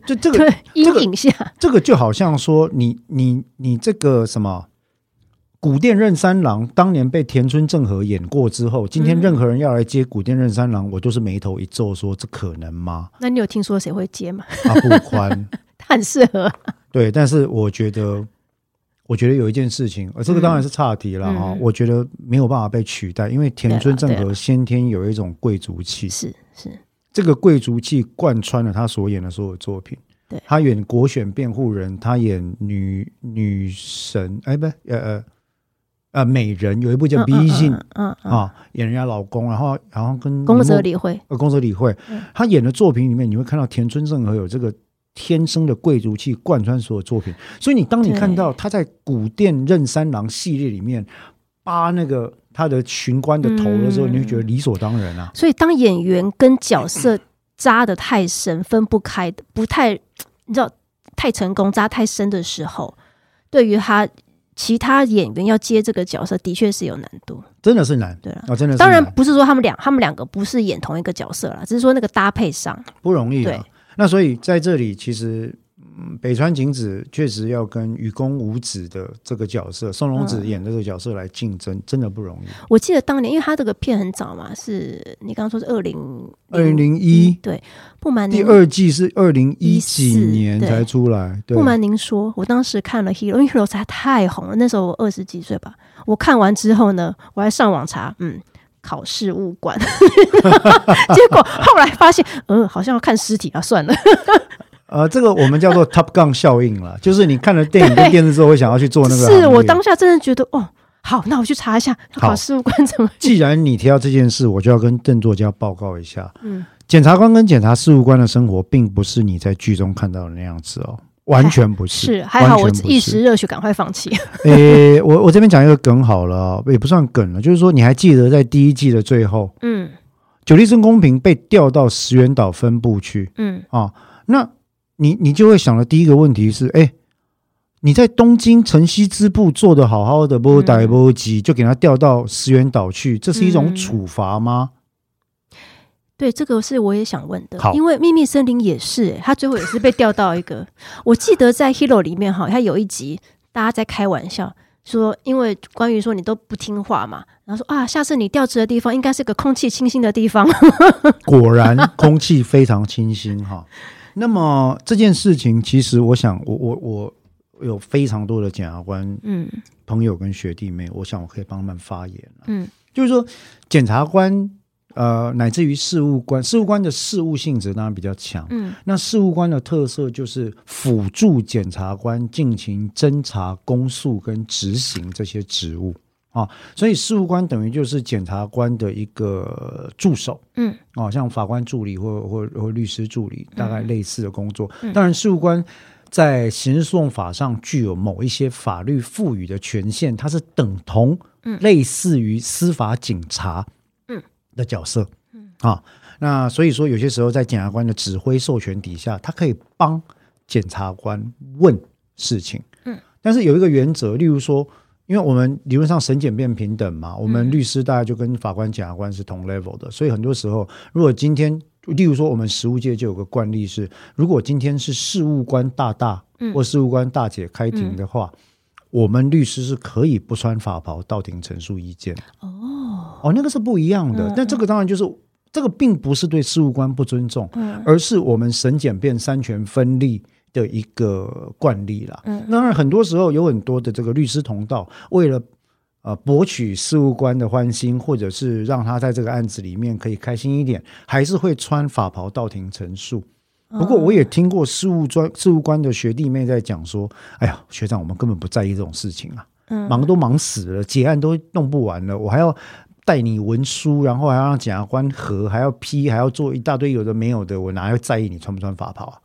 就这个对阴个影下，这个就好像说你你你这个什么。古殿任三郎当年被田村正和演过之后，今天嗯任何人要来接古殿任三郎，我都是眉头一皱，说这可能吗？那你有听说谁会接吗？ 阿布宽，他很适合，对，但是我觉得，我觉得有一件事情，呃，这个当然是岔题了哈、嗯我觉得没有办法被取代，因为田村正对和先天有一种贵族气，是是，这个贵族气贯穿了他所演的所有作品。对他演国选辩护人，他演女女神，哎，不，呃呃，呃美人有一部叫《嗯迷信》，嗯嗯，啊，演人家老公，然后然后跟宫泽李。理惠，呃，宫泽理惠，嗯他演的作品里面，你会看到田村正和有这个天生的贵族气贯穿所有作品。所以你当你看到他在古殿任三郎系列里面扒那个他的巡官的头的时候，嗯你会觉得理所当然啊。所以当演员跟角色扎得太深、分不开、不太你知道太成功、扎太深的时候，对于他其他演员要接这个角色，的确是有难度。真的是难对啊啊、真的是当然难不是说他们俩，他们两个不是演同一个角色啦，只是说那个搭配上，不容易对啊。那所以在这里，其实。嗯，北川景子确实要跟雨宫舞子的这个角色，松隆子嗯演的这个角色来竞争，真的不容易。我记得当年，因为他这个片很早嘛，是你刚刚说是二零二零零一对，不瞒第您二季是二零一几14年对才出来，对不瞒您说，我当时看了《Hero》，因为《Hero》实在太红了，那时候我二十几岁吧。我看完之后呢，我还上网查，嗯，考试物馆， 结果后来发现，嗯，好像要看尸体啊，算了，呃，这个我们叫做 Top Gun 效应了，就是你看了电影跟电视之后，会想要去做那个行业。是我当下真的觉得，哦，好，那我去查一下要考好试物馆怎么，既然你提到这件事，我就要跟郑作家报告一下，嗯，检察官跟检察事务官的生活，并不是你在剧中看到的那样子哦，完全不是。是还好我完全不是一时热血，赶快放弃， 诶，我我这边讲一个梗好了哦、也不算梗了，就是说你还记得在第一季的最后，嗯久利真公平被调到石原岛分部去，嗯啊、那你你就会想的第一个问题是，哎，你在东京城西支部做的好好的，不嗯逮不急，就给他调到石原岛去，这是一种嗯处罚吗？对，这个是我也想问的好，因为《秘密森林》也是、欸，他最后也是被调到一个。我记得在《Hero》里面哈，他有一集大家在开玩笑说，因为关于说你都不听话嘛，然后说啊，下次你调职的地方应该是个空气清新的地方。果 然空气非常清新哈。那么这件事情，其实我想，我我我我有非常多的检察官嗯朋友跟学弟妹，我想我可以帮他们发言、啊、嗯就是说，检察官呃，乃至于事务官，事务官的事务性质当然比较强，嗯那事务官的特色就是辅助检察官进行侦查、公诉跟执行这些职务啊，所以事务官等于就是检察官的一个助手嗯啊，像法官助理或或或律师助理，大概类似的工作。嗯当然，事务官。在刑事诉讼法上具有某一些法律赋予的权限，它是等同嗯类似于司法警察嗯的角色，啊，那所以说，有些时候在检察官的指挥授权底下，他可以帮检察官问事情。嗯，但是有一个原则，例如说，因为我们理论上审检辩平等嗯嘛，我们律师大概就跟法官、检察官是同 level 的，所以很多时候，如果今天，例如说，我们实务界就有个惯例是，如果今天是事务官大大嗯或事务官大姐开庭的话，我们律师是可以不穿法袍到庭陈述意见的。哦哦，那个是不一样的。嗯但这个当然就是这个并不是对事务官不尊重，嗯而是我们审检辩三权分立。的一个惯例啦，嗯当然很多时候有很多的这个律师同道，为了呃博取事务官的欢心，或者是让他在这个案子里面可以开心一点，还是会穿法袍到庭陈述。哦不过我也听过事务专事务官的学弟妹在讲说，哎呀，学长，我们根本不在意这种事情啊，嗯忙都忙死了，结案都弄不完了，我还要带你文书，然后还要让检察官核，还要批，还要做一大堆有的没有的，我哪要在意你穿不穿法袍啊？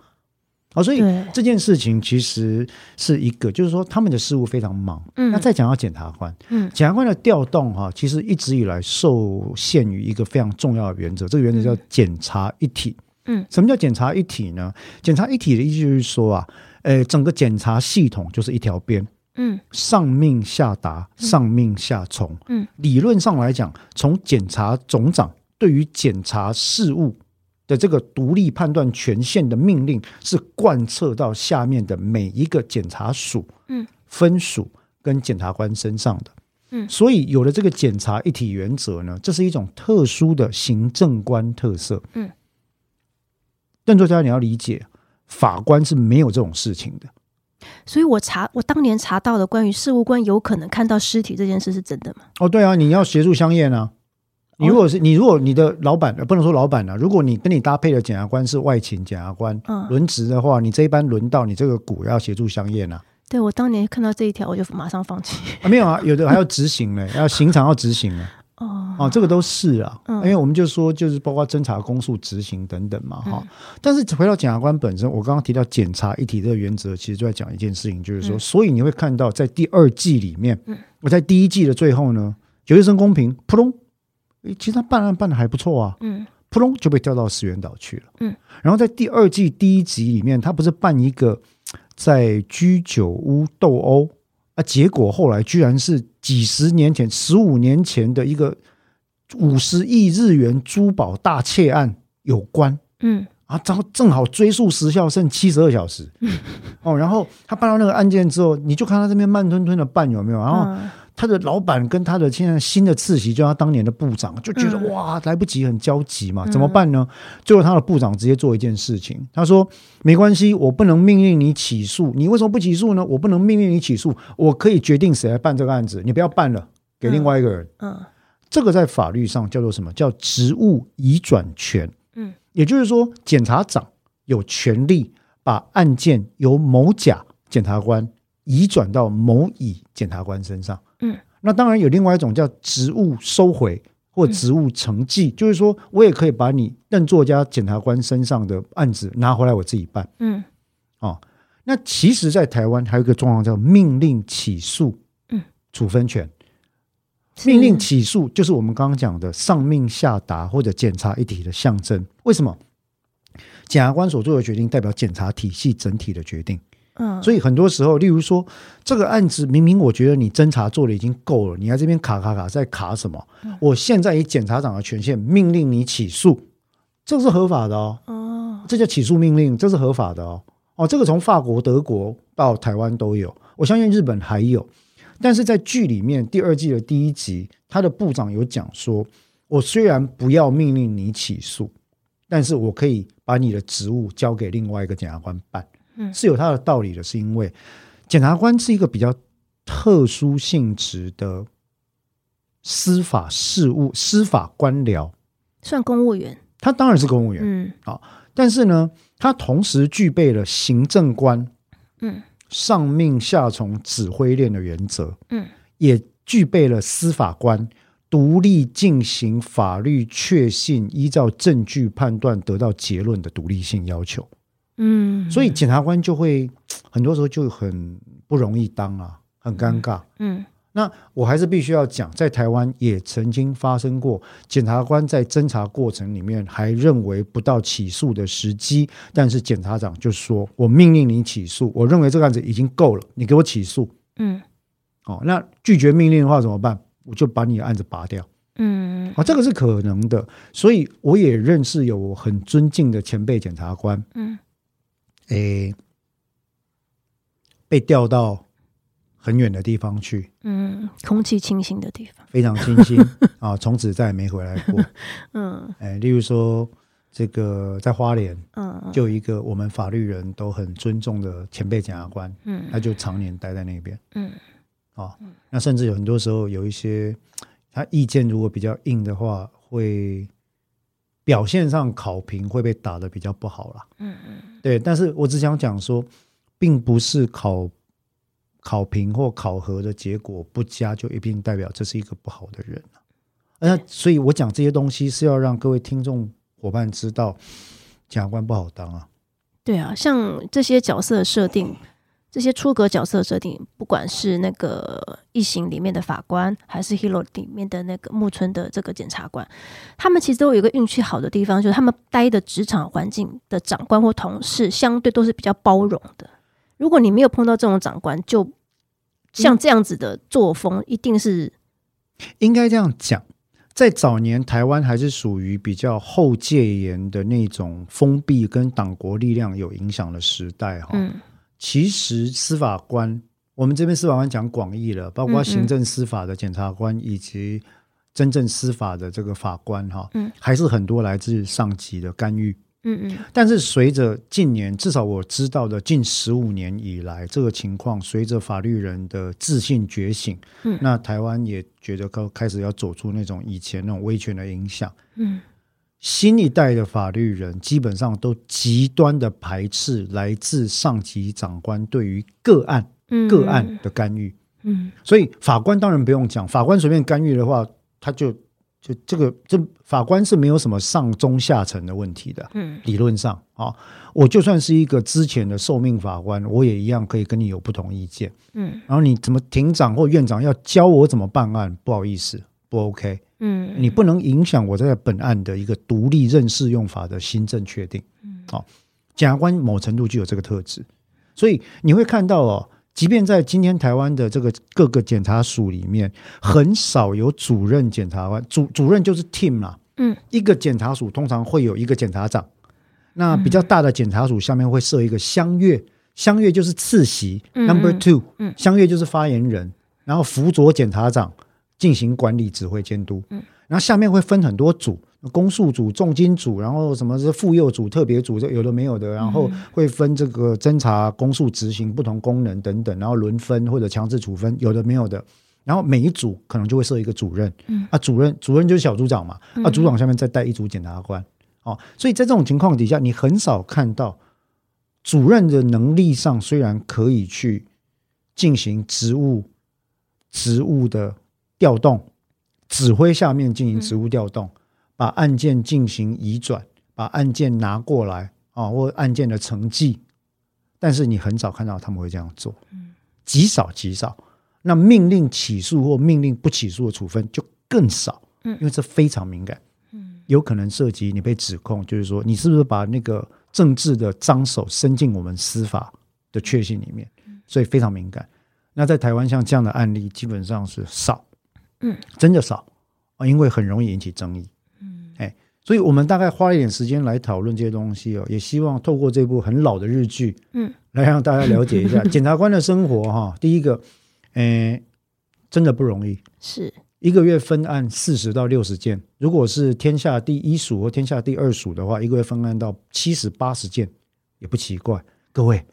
哦，所以 对这件事情其实是一个，就是说他们的事务非常忙。嗯那再讲到检察官，嗯检察官的调动哈、其实一直以来受限于一个非常重要的原则，这个原则叫检察一体。嗯，什么叫检察一体呢？检察一体的意思就是说啊，呃，整个检察系统就是一条边，嗯上命下达，上命下从。嗯，理论上来讲，从检察总长对于检察事务的这个独立判断权限的命令，是贯彻到下面的每一个检察署、嗯分署跟检察官身上的。嗯所以有了这个检察一体原则呢，这是一种特殊的行政官特色。嗯，邓作家你要理解，法官是没有这种事情的。所以我查我当年查到的关于事务官有可能看到尸体这件事是真的吗？哦，对啊，你要协助相验啊。你如果是你，如果你的老板、呃、不能说老板啊，如果你跟你搭配的检察官是外勤检察官、嗯轮值的话，你这一班轮到你这个股要协助相验啊。对我当年看到这一条，我就马上放弃。啊，没有啊，有的还要执行嘞， 要刑场要执行啊。哦，哦，这个都是啊，嗯因为我们就说，就是包括侦查、公诉、执行等等嘛，嗯哈、但是回到检察官本身，我刚刚提到检察一体这个原则，其实就在讲一件事情，就是说，嗯所以你会看到在第二季里面，嗯我在第一季的最后呢，有一声公平，扑通，诶其实他办案办的还不错啊，嗯扑通就被调到石原岛去了。嗯，然后在第二季第一集里面，他不是办一个在居酒屋斗殴啊，结果后来居然是几十年前、十五年前的一个五十亿日元珠宝大窃案有关。嗯啊，然后正好追溯时效剩七十二小时，哦，然后他办到那个案件之后，你就看他这边慢吞吞的办有没有，然后 嗯他的老板跟他的现在新的次席，就他当年的部长，就觉得、嗯哇，来不及，很焦急嘛，嗯怎么办呢？最后他的部长直接做一件事情，他说：“没关系，我不能命令你起诉，你为什么不起诉呢？我不能命令你起诉，我可以决定谁来办这个案子，你不要办了，给另外一个人。嗯这个在法律上叫做什么？叫职务移转权。嗯，也就是说，检察长有权利把案件由某甲检察官移转到某乙检察官身上。嗯，那当然有另外一种叫职务收回或职务承继，就是说我也可以把你任作家检察官身上的案子拿回来我自己办。嗯那其实，在台湾还有一个状况叫命令起诉，嗯，处分权。是命令起诉就是我们刚刚讲的上命下达或者检察一体的象征。为什么？检察官所做的决定代表检察体系整体的决定，嗯，所以很多时候，例如说这个案子明明我觉得你侦查做的已经够了，你在这边卡卡卡在卡什么？嗯我现在以检察长的权限命令你起诉，这是合法的哦。哦这叫起诉命令，这是合法的哦。哦，这个从法国、德国到台湾都有，我相信日本还有。但是在剧里面第二季的第一集，他的部长有讲说，我虽然不要命令你起诉，但是我可以把你的职务交给另外一个检察官办，嗯是有他的道理的，是因为检察官是一个比较特殊性质的司法事务、司法官僚，算公务员，他当然是公务员，嗯但是呢，他同时具备了行政官嗯上命下从指挥链的原则，嗯也具备了司法官独立进行法律确信、依照证据判断得到结论的独立性要求。嗯，所以检察官就会很多时候就很不容易当啊，很尴尬。嗯那我还是必须要讲，在台湾也曾经发生过，检察官在侦查过程里面还认为不到起诉的时机，但是检察长就说：“我命令你起诉，我认为这个案子已经够了，你给我起诉。嗯”哦，那拒绝命令的话怎么办？我就把你的案子拔掉。嗯啊，这个是可能的，所以我也认识有我很尊敬的前辈检察官，嗯诶，被调到很远的地方去，嗯，空气清新的地方，非常清新啊，从此再也没回来过。嗯哎，例如说这个在花莲嗯就有一个我们法律人都很尊重的前辈检察官，嗯他就常年待在那边嗯啊。那甚至有很多时候有一些他意见如果比较硬的话，会表现上考评会被打得比较不好啦。嗯对，但是我只想讲说，并不是考考评或考核的结果不佳就一定代表这是一个不好的人啊。那所以我讲这些东西是要让各位听众伙伴知道，检察官不好当啊。对啊，像这些角色的设定，这些出格角色的设定，不管是那个《异形》里面的法官，还是《Hero》里面的那个木村的这个检察官，他们其实都有一个运气好的地方，就是他们待的职场环境的长官或同事，相对都是比较包容的。如果你没有碰到这种长官，就像嗯这样子的作风，一定是应该这样讲，在早年台湾还是属于比较后戒严的那种封闭跟党国力量有影响的时代哈、嗯其实司法官，我们这边司法官讲广义了，包括嗯嗯行政司法的检察官以及真正司法的这个法官哈，嗯还是很多来自上级的干预。嗯嗯但是随着近年，至少我知道的近十五年以来，这个情况随着法律人的自信觉醒，嗯那台湾也觉得开开始要走出那种以前那种威权的影响。嗯新一代的法律人基本上都极端的排斥来自上级长官对于个案嗯个案，的干预。嗯所以法官当然不用讲，法官随便干预的话，他就就这个这法官是没有什么上中下层的问题的。嗯理论上啊、我就算是一个之前的受命法官，我也一样可以跟你有不同意见。嗯然后你怎么庭长或院长要教我怎么办案，不好意思，不 OK，嗯你不能影响我在本案的一个独立认识用法的新政确定。嗯哦，检察官某程度具有这个特质，所以你会看到哦，即便在今天台湾的这个各个检察署里面，很少有主任检察官，主主任就是 team 啦、嗯，一个检察署通常会有一个检察长，那比较大的检察署下面会设一个相阅，相阅就是次席、嗯 number 嗯 two，嗯相阅就是发言人，然后辅佐检察长进行管理、指挥、监督。嗯然后下面会分很多组，公诉组、重金组，然后什么是妇幼组、特别组，这有的没有嗯的，然后会分这个侦查、公诉、执行不同功能等等，然后轮分或者强制处分，有的没有的。然后每一组可能就会设一个主任，啊，主任主任就是小组长嘛，啊，组长下面再带一组检察官，哦，所以在这种情况底下，你很少看到主任的能力上虽然可以去进行职务职务的调动，指挥下面进行职务调动，把案件进行移转，把案件拿过来啊，或案件的成绩，但是你很少看到他们会这样做，极少极少。那命令起诉或命令不起诉的处分就更少，嗯因为这非常敏感，有可能涉及你被指控，就是说你是不是把那个政治的脏手伸进我们司法的确信里面，嗯所以非常敏感。那在台湾像这样的案例基本上是少，嗯，真的少啊，因为很容易引起争议，嗯，哎，所以我们大概花一点时间来讨论这些东西哦，也希望透过这部很老的日剧，嗯，来让大家了解 一下检察官的生活哈、第一个，诶，真的不容易，是一个月分案四十到六十件，如果是天下第一署或天下第二署的话，一个月分案到七十八十件也不奇怪。各位，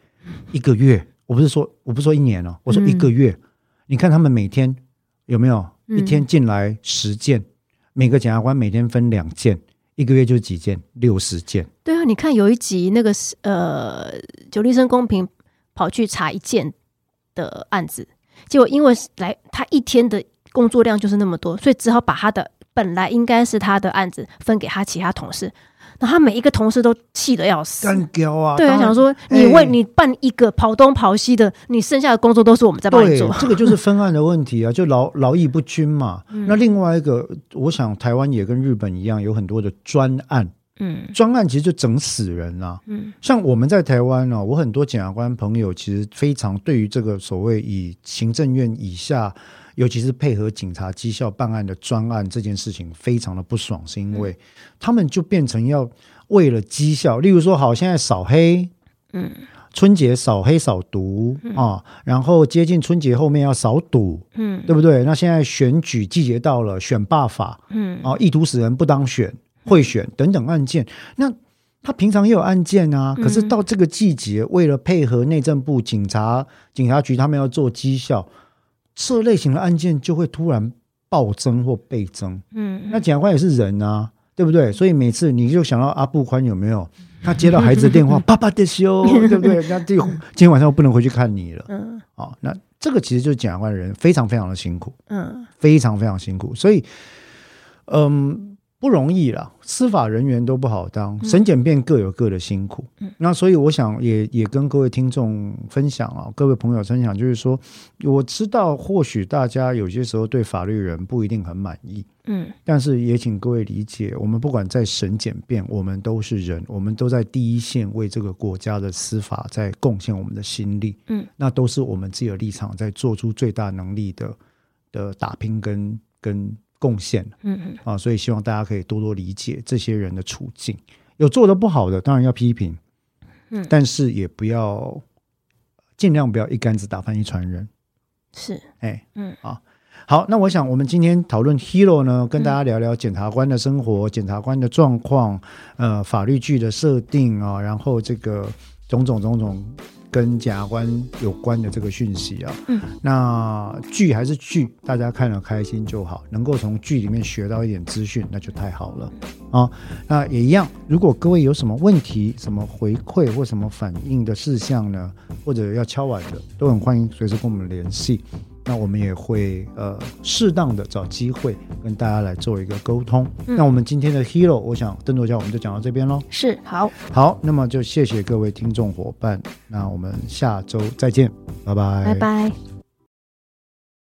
一个月，我不是说我不是说一年哦，我说一个月，你看他们每天有没有嗯一天进来十件，每个检察官每天分两件，一个月就是几件，六十件。对啊，你看有一集那个是呃，九立生公平跑去查一件的案子，结果因为是来他一天的工作量就是那么多，所以只好把他的本来应该是他的案子分给他其他同事，然后他每一个同事都气得要死。干掉啊！对啊，当然想说哎你为你办一个跑东跑西的，你剩下的工作都是我们在帮你对做，。这个就是分案的问题 啊，就劳劳逸不均嘛。嗯那另外一个，我想台湾也跟日本一样，有很多的专案，嗯专案其实就整死人啊。嗯像我们在台湾呢、我很多检察官朋友其实非常对于这个所谓以行政院以下，尤其是配合警察绩效办案的专案这件事情，非常的不爽，是嗯因为他们就变成要为了绩效，例如说，好，现在扫黑，嗯，春节扫黑扫毒啊，然后接近春节后面要扫赌，嗯对不对？那现在选举季节到了，选罢法，嗯，啊，意图使人不当选、贿选等等案件，那他平常也有案件啊，嗯可是到这个季节，为了配合内政部、警察、警察局，他们要做绩效，这类型的案件就会突然暴增或倍增。嗯那检察官也是人啊，对不对？所以每次你就想到阿布宽有没有？他接到孩子的电话，爸爸的修，对不对？那这今天晚上我不能回去看你了嗯啊、那这个其实就是检察官的人非常非常的辛苦。嗯非常非常辛苦，所以，嗯，不容易啦。司法人员都不好当，审检辩各有各的辛苦。那所以我想也也跟各位听众分享啊，各位朋友分享，就是说，我知道或许大家有些时候对法律人不一定很满意，嗯但是也请各位理解，我们不管在审检辩，我们都是人，我们都在第一线为这个国家的司法在贡献我们的心力。嗯，那都是我们自己的立场在做出最大能力的的打拼跟跟贡献嗯啊，所以希望大家可以多多理解这些人的处境。有做的不好的，当然要批评，嗯但是也不要尽量不要一竿子打翻一船人。是哎，嗯，啊，好，那我想我们今天讨论 Hero 呢，跟大嗯家聊聊检察官的生活、检察官的状况，呃，法律剧的设定啊，然后这个种种种种跟检察官有关的这个讯息啊，嗯，那剧还是剧，大家看了开心就好，能够从剧里面学到一点资讯，那就太好了啊、嗯啊。那也一样，如果各位有什么问题、什么回馈或什么反应的事项呢，或者要敲碗的，都很欢迎随时跟我们联系。那我们也会呃适当的找机会跟大家来做一个沟通。嗯那我们今天的 Hero，我想邓作家我们就讲到这边喽。是好，好，那么就谢谢各位听众伙伴，那我们下周再见，拜拜，拜拜。